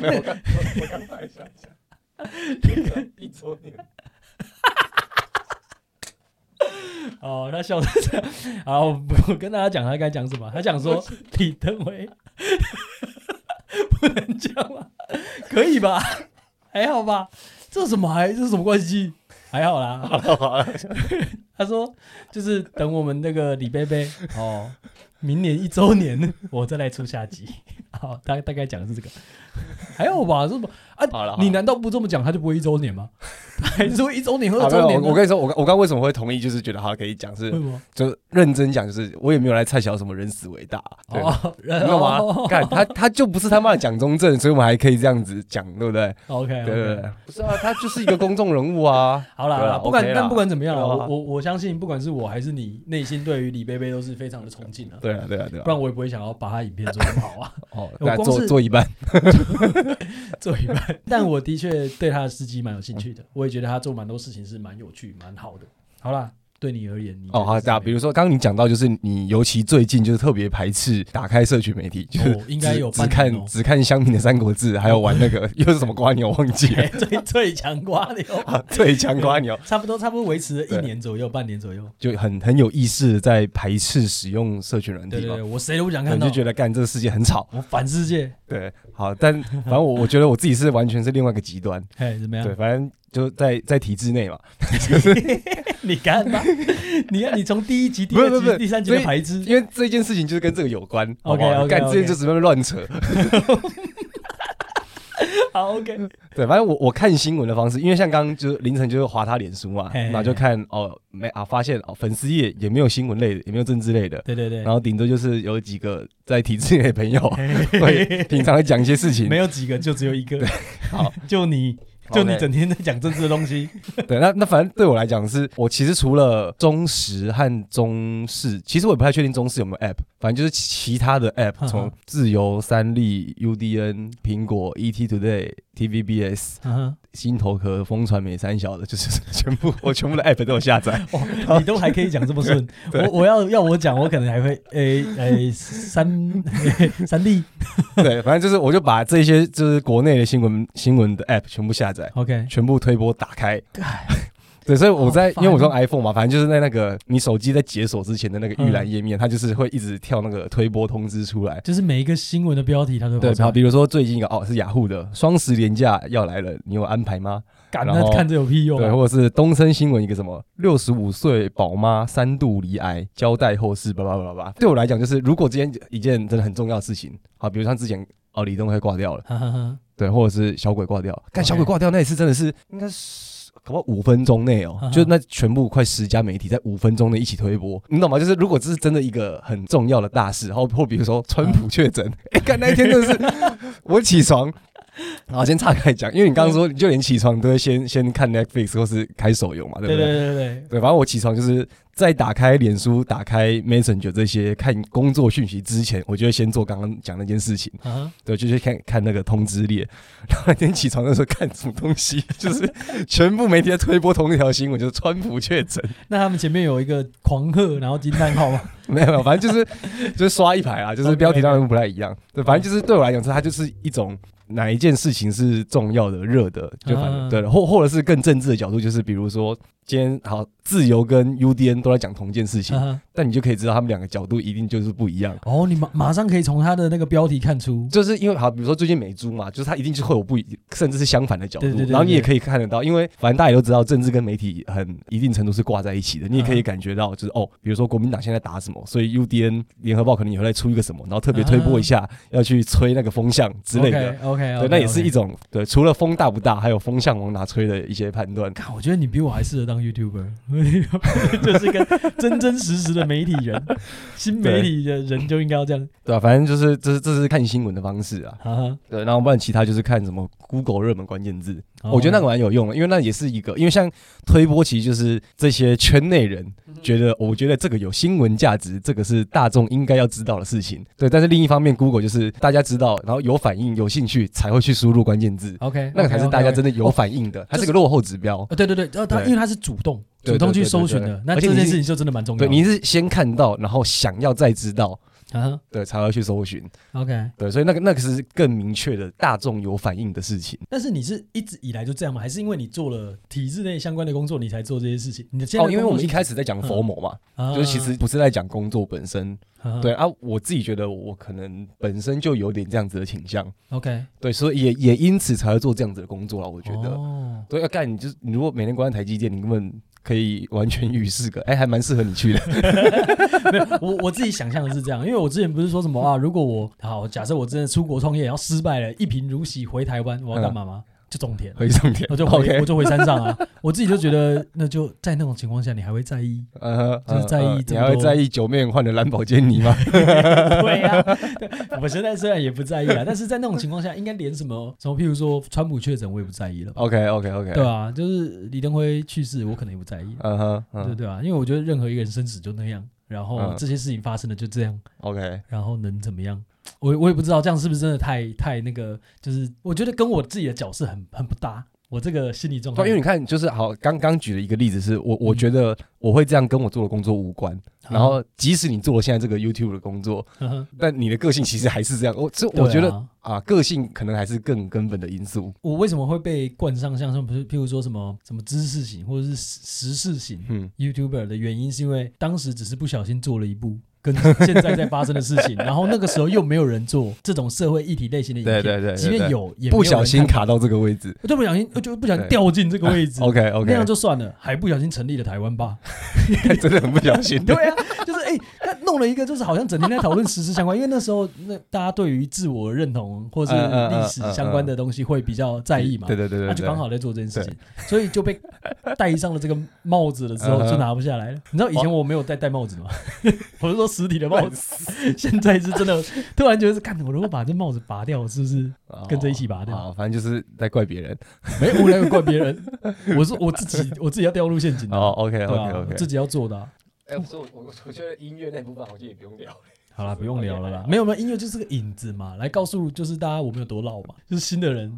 没有，我刚我刚拍一下，一周年。哦，他笑成这样。好，我我跟大家讲他该讲什么。他讲说李登辉 不能讲吗？可以吧？还好吧？这什么还这什么关系？还好啦。好了好了， 他说就是等我们那个李贝 贝哦，明年一周年 我再来出下集。 好，大大概讲的是这个， 还有吧？是吧？啊，好了好了你难道不这么讲，他就不会一周年吗？ 他还是会一周年或好者啊没有周年我呢？我跟你说，我刚我刚为什么会同意，就是觉得好可以讲，是为什么？就认真讲，就是我也没有来蔡小什么人死为大，啊对，哦，你然懂吗？哦看他他就不是他妈的蒋中正，所以我们还可以这样子讲，对不对？ ，OK，。对对对，不是啊，他就是一个公众人物 啊好啦，好对啦啦不管 OK 啦但不管怎么样啦，对啊我我我相信，不管是我还是你，内心对于李贝贝都是非常的崇敬的，对啊对啊对不啊，然我也不会想要把他影片做得不好啊。哦，我那光做是做一半， 做一半。但我的确对他的司机蛮有兴趣的，我也觉得他做蛮多事情是蛮有趣、蛮好的。好啦，对你而言，你哦，好，大那比如说刚刚你讲到，就是你尤其最近就是特别排斥打开社群媒体，就是哦应该只有只半年看哦，只看香民的《三国志》，还有玩那个又是什么瓜牛，我忘记了 最最强瓜牛， 啊最强瓜牛，差不多差不多维持了对一年左右、半年左右。就很很有意识地在排斥使用社群软对体对嘛对，，我谁都不想可能看到，就觉得干这个世界很吵，我反世界。对， 好，但反正我我觉得我自己是完全是另外一个极端，嘿，怎么对，样？反正就在在体制内嘛， 你看吧， 你看你从第一集、第不是二不是不集、是第三集所的以排支，因为这件事情就是跟这个有关好不 OK，OK，好 OK 干这件就只能乱扯，好 OK。对，反正我我看新闻的方式，因为像刚刚就是凌晨就是划他脸书嘛，嘿嘿嘿然后就看哦没啊，发现哦粉丝页也没有新闻类的，也没有政治类的，对对对然，后顶多就是有几个在体制内的朋友嘿会平常会讲一些事 情，没有几个，就只有一个。好， 就你，就你 OK 整天在讲政治的东 西。对，那那反正对我来讲是，我其实除了中时和中视，其实我也不太确定中视有没有 app，反正就是其他的 app，嗯从嗯自由、三立、UDN、苹果、ET Today、TVBS、嗯新头壳、风传媒、三小的，就是 全部我全部的 app 都有下载。哼， 你都还可以讲这么 顺，我我要要我讲，我可能还会诶诶三 三 D 对，反正就是我就把这些就是国内的新闻新闻的 app 全部下载， OK 全部推播打开，对，所以我在，好烦因哦为我用 iPhone 嘛，反正就是在那个你手机在解锁之前的那个预嗯览页面，它就是会一直跳那个推播通知出来。就是每一个新闻的标题它都对，跑出来好，比如说最近一个哦是雅虎的双十连假要来了，你有安排吗？干然后那看着有屁用对，啊？或者是东森新闻一个什么六十五岁宝妈三度罹癌，交代后事，叭叭叭叭叭。对我来讲，就是如果今天一件真的很重要的事情，好，比如像之前哦李东辉挂掉了，哈哈哈，对，或者是小鬼挂掉，干 OK 小鬼挂掉那一次真的是哦应该是。搞不好五分钟内哦哈哈，就那全部快十家媒体在五分钟内一起推播，你懂吗？就是如果这是真的一个很重要的大事，然后或比如说川普确诊，哎、干那一天真的是我起床，然后先岔开讲，因为你刚刚说你就连起床都会先先看 Netflix 或是开手游嘛，对不对对对？对对对，反正我起床就是在打开脸书、打开 Messenger 这些看工作讯息之前，我就会先做刚刚讲那件事情。对，啊哈，对，就去看看那个通知列，然后那天起床的时候看什么东西，就是全部媒体在推播同一条新闻，就是川普确诊，那他们前面有一个狂贺，然后惊叹 号嘛，没有没有，反正就是就是刷一排啊，就是 OK，OK 标题当然不太一样，对，反正就是对我来讲是它就是一种。哪一件事情是重要的、热的，就反正啊对，或或者是更政治的角度，就是比如说今天好，自由跟 UDN 都在讲同一件事情哈，哈但你就可以知道他们两个角度一定就是不一样。哦，你马马上可以从他的那个标题看出，就是因为好，比如说最近美猪嘛，就是它一定就会有不一，甚至是相反的角度，对对对对然后你也可以看得到，因为反正大家也都知道，政治跟媒体很一定程度是挂在一起的，啊你也可以感觉到，就是、哦，比如说国民党现在打什么，所以 UDN 联合报可能也会再出一个什么，然后特别推播一下，要去吹那个风向之类的。啊 OK，对，那也是一。种对，除了风大不大，还有风向往哪吹的一些判断。看，我觉得你比我还适合当 YouTuber，就是一个真真实实的媒体 人，新媒体的人就应该要这样。对啊，反正就是这是这是看新闻的方式啊。哈哈，对，然后不然其他就是看什么 Google 热门关键字，我觉得那个哦蛮有用的，因为那也是一个，因为像推播，其实就是这些圈内人觉得，我觉得这个有新闻价值，这个是大众应该要知道的事情。对，但是另一方面，Google 就是大家知道，然后有反应、有兴趣才会去输入关键 字， OK，那个才是大家真的。的有反应哦的，它是个落后指标。呃，对对对，呃，他对因为他是主动对主动去对对对搜寻对的，那而且这你件是事情就真的蛮重要的。对，你是先看到，然后想要再知道，啊对，才会去搜寻。哈，OK，对，所以那个那个是更明确的大众有反应的事情。但是你是一直以来就这样吗？还是因为你做了体制内相关的工作，你才做这些事情？你的现在哦，的因为工作我们一性质开始在讲嗯 formal 嘛，啊就是其实不是在讲工作本身，啊对啊，我自己觉得我可能本身就有点这样子的倾向， ，OK，对，所以也也因此才会做这样子的工作啦。我觉得，哦对，要、啊干你就是你如果每天关在台积电，你根本可以完全与世隔，哎、还蛮适合你去的。没有，我我自己想象的是这样，因为我之前不是说什么啊，如果我好假设我真的出国创业，然后失败了，一贫如洗回台湾，我要干嘛吗？就种田，回重点，我就回嗯 OK，我就回山上啊。我自己就觉得，那就在那种情况下，你还会在意？呃，就是在意呃这你么还会多在意九面换的兰博基尼吗？ 对呀、啊，对 我现在虽然也不在意啊，但是在那种情况下，应该连什么什么，譬如说川普确诊，我也不在意了吧？ ？OK OK OK，对，啊，就是李登辉去世，我可能也不在意，嗯哼，对嗯对啊，因为我觉得任何一个人生死就那样，然后嗯这些事情发生了就这样。 ，OK，然后能怎么样？我我也不知道这样是不是真的太太那个，就是我觉得跟我自己的角色很很不搭，我这个心理状态。对，因为你看，就是好，刚刚举了一个例子是，我我嗯觉得我会这样跟我做的工作无关，啊然后即使你做了现在这个 YouTube 的工作，呵呵但你的个性其实还是这样。我这嗯对我觉得啊啊，个性可能还是更根本的因素。我为什么会被冠上像像不是譬如说什么什么知识型或者是时时事型嗯， YouTuber 的原因，是因为当时只是不小心做了一部。跟现在在发生的事 情，然后那个时候又没有人做这种社会议题类型的影片，对对对对即便有，也没有人不小心看，卡到这个位置。就不小心就不小心对哦掉进这个位置， OK 那样 OK，就算了，还不小心成立了台湾吧， 真的很不小心。对啊，就是哎，那、弄了一个，就是好像整天在讨论时事相关，因为那时候那大家对于自我认同或是嗯嗯嗯历史相关的东西会比较在意嘛， 对对对对，啊那就对刚好在做这件事情，所以就被戴上了这个帽子了之后嗯嗯就拿不下来了。你知道以前我没有戴戴帽 子吗？我是说实体的帽烂子，死现在是真的突然觉得是，看我如果把这帽子拔掉，是不是跟着一起拔掉哦好反正就是在怪别人。没有我来怪别 人？我说我自己我自己要掉入陷阱的，哦，OK 对 OK 啊，我 OK。自己要做的啊。哎，我说我我觉得音乐那部分好像也不用 聊。好啦，不用聊了啦 OK，。没有没有，音乐就是个引子嘛，来告诉就是大家我们有多老嘛，就是新的人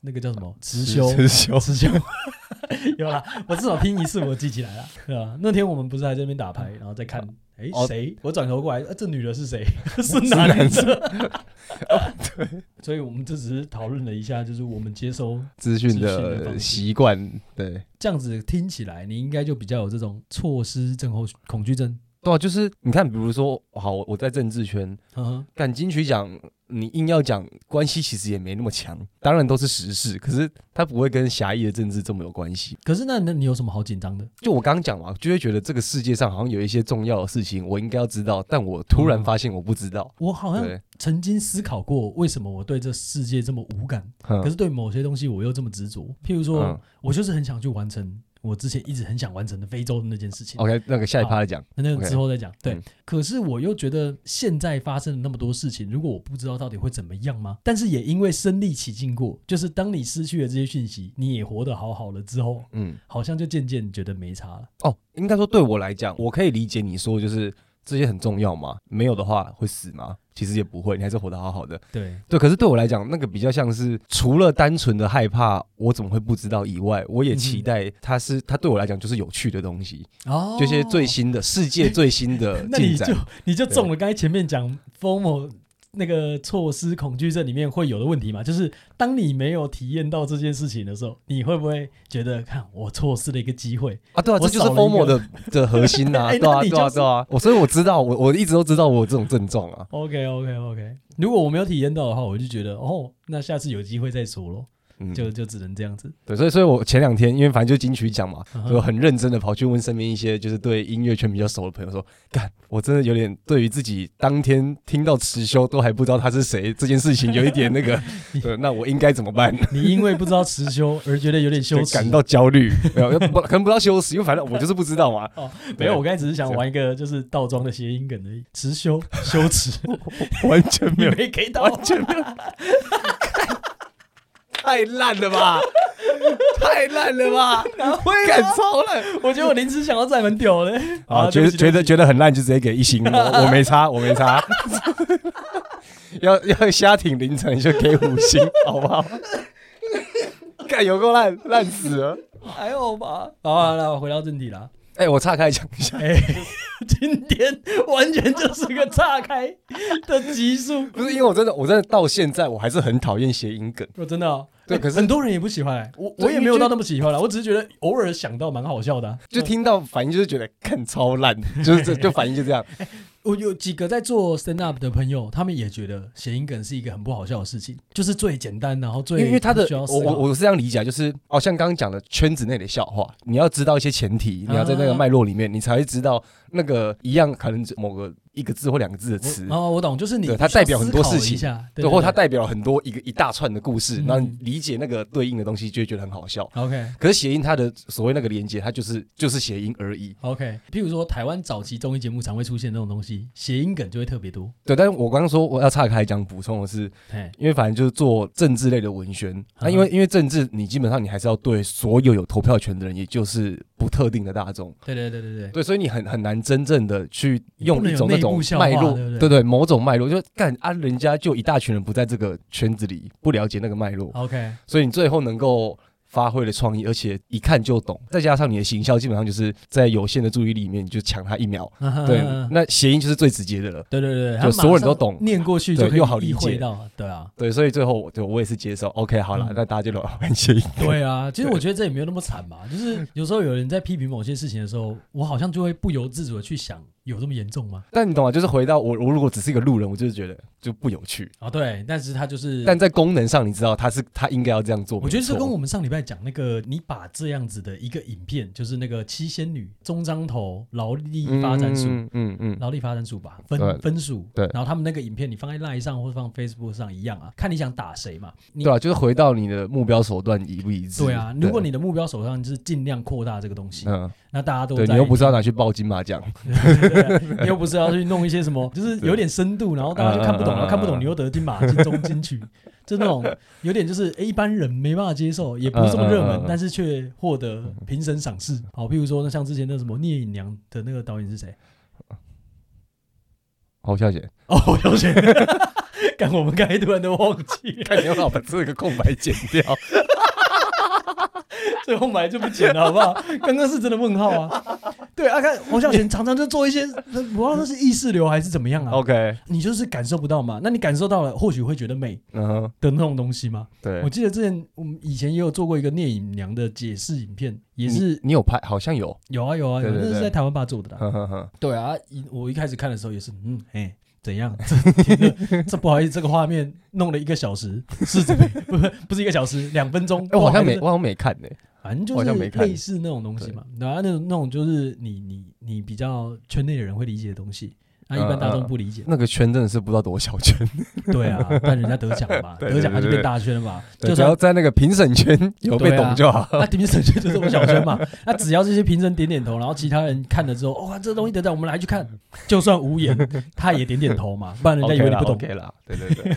那个叫什么辞修，直修。辞修有啦，我至少听一次我记起来了，对吧？那天我们不是还在那边打牌，然后再看哎哦谁？我转头过来，啊、这女的是谁？ 是是哪里男哦的？ 所以我们这只是讨论了一下，就是我们接收 资讯资讯的方的式习惯，对，这样子听起来，你应该就比较有这种错失症候恐惧症。对啊，就是你看，比如说，好，我我在政治圈，呵呵干金曲奖，你硬要讲关系，其实也没那么强，当然都是时事，可是它不会跟狭义的政治这么有关系。可是那那你有什么好紧张的？就我刚刚讲嘛，就会觉得这个世界上好像有一些重要的事情，我应该要知道，但我突然发现我不知道。我好像对，曾经思考过，为什么我对这世界这么无感，可可是对某些东西我又这么执着。譬如说，嗯我就是很想去完成我之前一直很想完成的非洲的那件事情。 OK，那个下一趴再讲。那那个哦 OK 之后再讲。对，嗯可是我又觉得现在发生了那么多事情，如果我不知道到底会怎么样吗？但是也因为身历其境过，就是当你失去了这些讯息，你也活得好好了之后，嗯，好像就渐渐觉得没差了。哦，应该说对我来讲，我可以理解你说就是这些很重要嘛，没有的话会死吗？其实也不会，你还是活得好好的。对，对，可是对我来讲，那个比较像是除了单纯的害怕，我怎么会不知道以外，我也期待它是它对我来讲就是有趣的东西，哦这些最新的世界最新 的那进你就展。你就中了刚才前面讲 FOMO 那个措施恐惧症里面会有的问题嘛？就是当你没有体验到这件事情的时候，你会不会觉得看我错失了一个机会？啊，对啊，我这就是少了一 FOMO 个的的核心啊， 哎对那啊，你对啊，就是对啊，我所以我知道，我我一直都知道我有这种症状啊。 OK OK OK，如果我没有体验到的话，我就觉得哦，那下次有机会再说咯，嗯，就就只能这样子。对，所以所以我前两天因为反正就金曲奖嘛，嗯我哼很认真的跑去问身边一些就是对音乐圈比较熟的朋友说，干，我真的有点对于自己当天听到辞修都还不知道他是谁这件事情有一点 那个，对，那我应该怎么办？你因为不知道持 修而觉得有点羞就耻，感到焦虑，没有，不可能不到羞耻，因为反正我就是不知道 嘛。哦，没对有，我刚才只是想玩一个就是倒装的谐音梗而已。持修羞 耻，完全没你有，没给到，完全没有，太烂了吧，太烂了吧，啊感超烂。我觉得我临时想到这还蛮屌的。 啊，对不觉得起觉对得不起觉得很烂就直接给一星，我我没差，我没差。要要瞎挺凌晨就给五 星，好不好？看有够烂，烂死了。 还好吧。好啊，那我回到正题啦。哎、我岔开讲一下，哎， 今天完全就是个岔开的集数， 不是因为我真的，我真的到现在我还是很讨厌谐音梗。我真的哦。对哎可是很多人也不喜欢欸，我对我也没有因为到那么喜欢啦，我只是觉得偶尔想到蛮好笑的啊。就听到反应就是觉得看超烂，就是这就反应就这样。我有几个在做 stand up 的朋友，他们也觉得谐音梗是一个很不好笑的事情，就是最简单，然后因最为因为他的不需要思我我考我是这样理解，就是哦，像刚刚讲的圈子内的笑话，你要知道一些前提，你要在那个脉络里面，你才会知道那个一样可能只某个一个字或两个字的词，哦，我懂，就是你对它代表很多事情必须要思考一下，对对，或它代表了很多一个一大串的故事，嗯然后你理解那个对应的东西，就会觉得很好笑。 OK。可是谐音它的所谓那个连接，它就是就是谐音而已。 OK，譬如说台湾早期综艺节目常会出现这种东西，谐音梗就会特别多。对，但是我刚刚说我要岔开讲补充的是，嘿，因为反正就是做政治类的文嗯宣，那、因为因为政治你基本上你还是要对所有有投票权的人，也就是不特定的大众。对对对对对，对，所以你很很难真正的去你不用能一种有那内部种笑脉话络，对不对对某种脉络，就干啊，人家就一大群人不在这个圈子里，不了解那个脉络， OK，所以你最后能够发挥的创意，而且一看就懂，再加上你的行销，基本上就是在有限的注意力里面，你就抢他一秒。嗯 对，那谐音就是最直接的了。对对对对，就他所有人马上都懂念过去就对可以又好理意会解到，对啊，对，所以最后我对我也是接受，OK，好了，嗯那大家就聊完谐音。对啊。其实我觉得这也没有那么惨吧，就是有时候有人在批评某些事情的时候，我好像就会不由自主的去想，有这么严重吗？ 但你懂吗？就是回到我，我如果只是一个路人，我就是觉得就不有趣。啊，对，但是他就是，但在功能上，你知道他是他应该要这样做。我觉得没这错跟我们上礼拜讲那个，你把这样子的一个影片，就是那个七仙女、中章头、劳力发展署、嗯嗯嗯，嗯劳力发展署吧，对分分署，对然后他们那个影片，你放在 Line 上或者放 Facebook 上一样啊，看你想打谁嘛。你对啊，就是回到你的目标手段一不一致。对啊，如果你的目标手上就是尽量扩大这个东西，嗯，那大家都对在你又不是要拿去报金马奖， 对你又不是要去弄一些什么，就是有点深度，然后大家就看不懂，嗯嗯嗯然后看不懂你又得金马、金钟、金 曲，就那种有点就是诶一般人没办法接受，也不是这么热嗯嗯嗯门嗯，但是却获得评审赏识。好，譬如说那像之前那什么聂隐娘的那个导演是谁？侯孝贤，哦，我有选。干，我们刚才突然都忘记了， 看你要不要把这个空白剪掉。最后买就不剪了，好不好？刚刚是真的问号啊。 对啊，看王小贤常常就做一些，我忘了是意识流还是怎么样啊， OK，你就是感受不到嘛。那你感受到了，或许会觉得美嗯哼，的那种东西嘛。对我，记得之前我们以前也有做过一个聂隐娘的解释影片，也你是你有拍，好像有，有啊有啊有对啊，嗯对那是对嗯在台湾吧做的啦。哼哼哼，对啊，一我一开始看的时候也是，嗯，哎，怎样？ 这听着这不好意思，这个画面弄了一个小时， 是怎么？不是不是一个小时，两分钟。哎，我好像哇没，我好像没看呢。反正就我好像是没看类似那种东西嘛。然后那种那种就是你你你比较圈内的人会理解的东西，啊那一嗯般大众不理解。那个圈真的是不知道多少圈， 对啊，但人家得奖了嘛，对得奖他就对对变大圈了嘛，对 就只算要在那个评审圈有被对啊懂就好。 那评审圈就是我们小圈嘛，那只要这些评审点点头，然后其他人看了之后，哦哇、这东西得奖，我们来去看，就算无 言，他也点点头嘛，不然人家以 OK 为你啦不懂， ，OK 啦，对对对，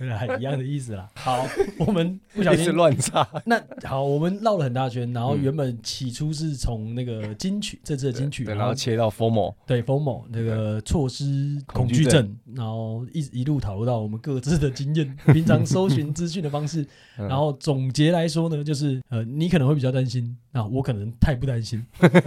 原来一样的意思啦。好，我们 不小 一直心。乱炸，那好，我们绕了很大圈，然后嗯原本起初是从那个金曲这次的金曲，对，然然后后切到 formal，对 FOMO 那个措施恐惧症，然后一一路讨论到我们各自的经 验，平常搜寻资讯的方式，嗯然后总结来说呢，就是呃，你可能会比较担心，那、我可能太不担 心，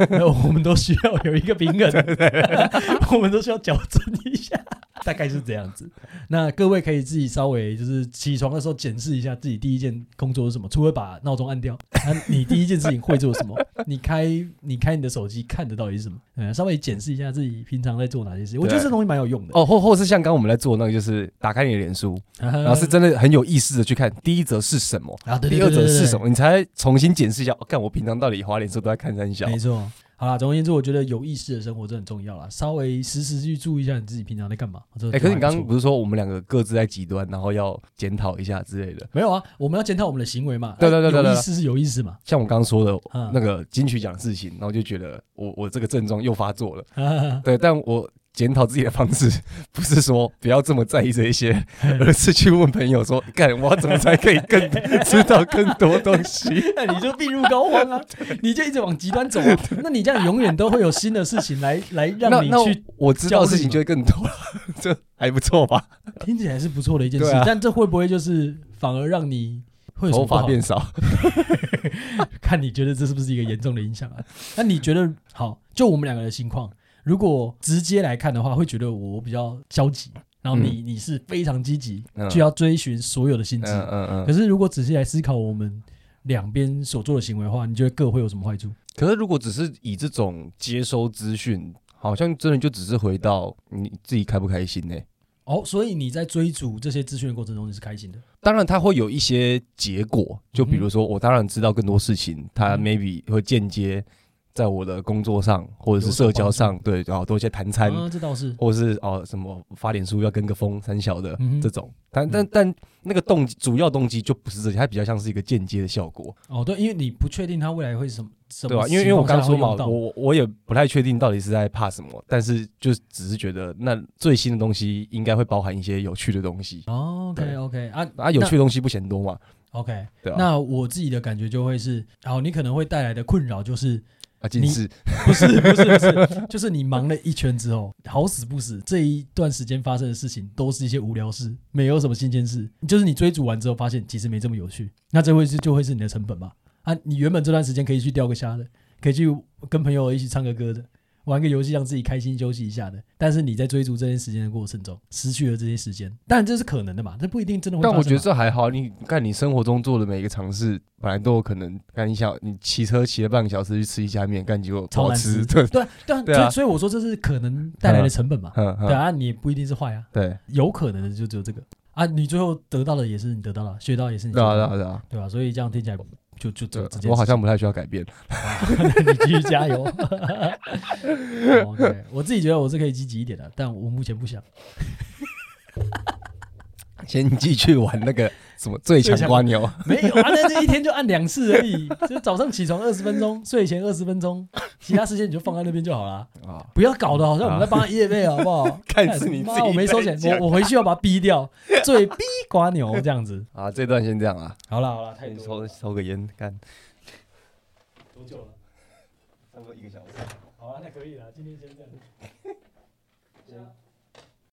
那我们都需要有一个平衡， 我们都需要矫正一下， 大概是这样子。那各位可以自己稍微就是起床的时候检视一下自己第一件工作是什么，除了把闹钟按掉，那你第一件事情会做什 么？你开你开你的手机看的到底是什么？嗯，稍微检视一下自己平常在做哪些事情，我觉得对这东西蛮有用的。哦，或或是像刚刚我们在做那个，就是打开你的脸书，然然后是真的很有意识的去看第一则是什么，嗯啊，对对第对二对则对是什么，你才重新检视一下。哦，看我平常到底花脸书都在看三小，没错。好啦，总而言之，我觉得有意识的生活真的很重要啦。稍微时时去注意一下你自己平常在干嘛。哎、哎，可是你刚刚不是说我们两个各自在极端，然后要检讨一下之类的？没有啊？我们要检讨我们的行为嘛。对对对对对有意识是有意识嘛。像我刚刚说的嗯那个金曲奖的事情，然后就觉得我我这个症状又发作了。啊对，但我检讨自己的方式 不是说不要这么在意这一些，嗯而是去问朋友说， 干我要怎么才可以更知道更多东西？那你就病入膏肓 啊！你就一直往极端走啊！那你这样永远都会有新的事情来来那 让你那去，我知道的事焦虑情嘛就会更多了， 这还不错吧？听起来是不错的一件事。对啊但这会不会就是反而让你会有什头么不发好？变少，看你觉得这是不是一个严重的影响啊？那你觉得好？就我们两个的情况，如果直接来看的话，会觉得我比较消极，然后你、你是非常积极，嗯就要追寻所有的薪嗯资。嗯可嗯。是如果仔细来思考我们两边所做的行为的话，你觉得各会有什么坏处？可是如果只是以这种接收资讯，好像真的就只是回到你自己开不开心呢、哦，所以你在追逐这些资讯的过程中，你是开心的。当然，它会有一些结果，就比如说，我当然知道更多事情，它嗯 maybe 会间接在我的工作上或者是社交上，对，然后多一些谈餐，啊，这倒是。或者是哦什么发脸书要跟个风三小的、嗯哼这种，但但但那个动机主要动机就不是这些，它比较像是一个间接的效果，哦，对，因为你不确定它未来会什么什对么吧？因为情因为我况下刚说会用嘛，到，我我也不太确定到底是在怕什么，但是就只是觉得那最新的东西应该会包含一些有趣的东西，哦，OK 对 OK 啊啊，有趣的东西不嫌多嘛， OK，对吧、啊？那我自己的感觉就会是，好，你可能会带来的困扰就是，啊，近你视，不是不是不是， 就是你忙了一圈之后，好死不死，这一段时间发生的事情都是一些无聊事，没有什么新鲜事，就是你追逐完之后发现其实没这么有趣，那这会是就会是你的成本嘛？啊，你原本这段时间可以去钓个虾的，可以去跟朋友一起唱个歌的。玩个游戏让自己开心休息一下的，但是你在追逐这些时间的过程中失去了这些时间，当然这是可能的嘛，这不一定真的会发但生嘛。我觉得这还好，你看你生活中做的每一个尝试，本来都有可能。看你想，你骑车骑了半个小时去吃一家面，干结果不超好难吃吃，对， 对啊对啊，对所以啊所以我说这是可能带来的成本 嘛。嗯对嗯，啊，你也不一定是坏啊，对，有可能的就只有这个啊。你最后得到的也是你得到了，学到也是你学对啊到对的，啊对啊对吧、所以这样听起来就就对就啊直接我好像不太需要改变。你继续加油。OK，我自己觉得我是可以积极一点的，但我目前不想。先继续玩那个什么最强瓜牛，没有啊，那这一天就按两次而已，就早上起床二十分钟，睡前二十分钟，其他时间你就放在那边就好了。啊，不要搞得好像我们在帮他夜背好不好？ 哎看是你自己妈我没收钱在，讲我我回去要把他逼掉，最逼瓜牛这样子。啊，这段先这样啊，好了好了，太多抽抽个烟，干多久了？差不多一个小时。好啊，那可以了，今天先这样。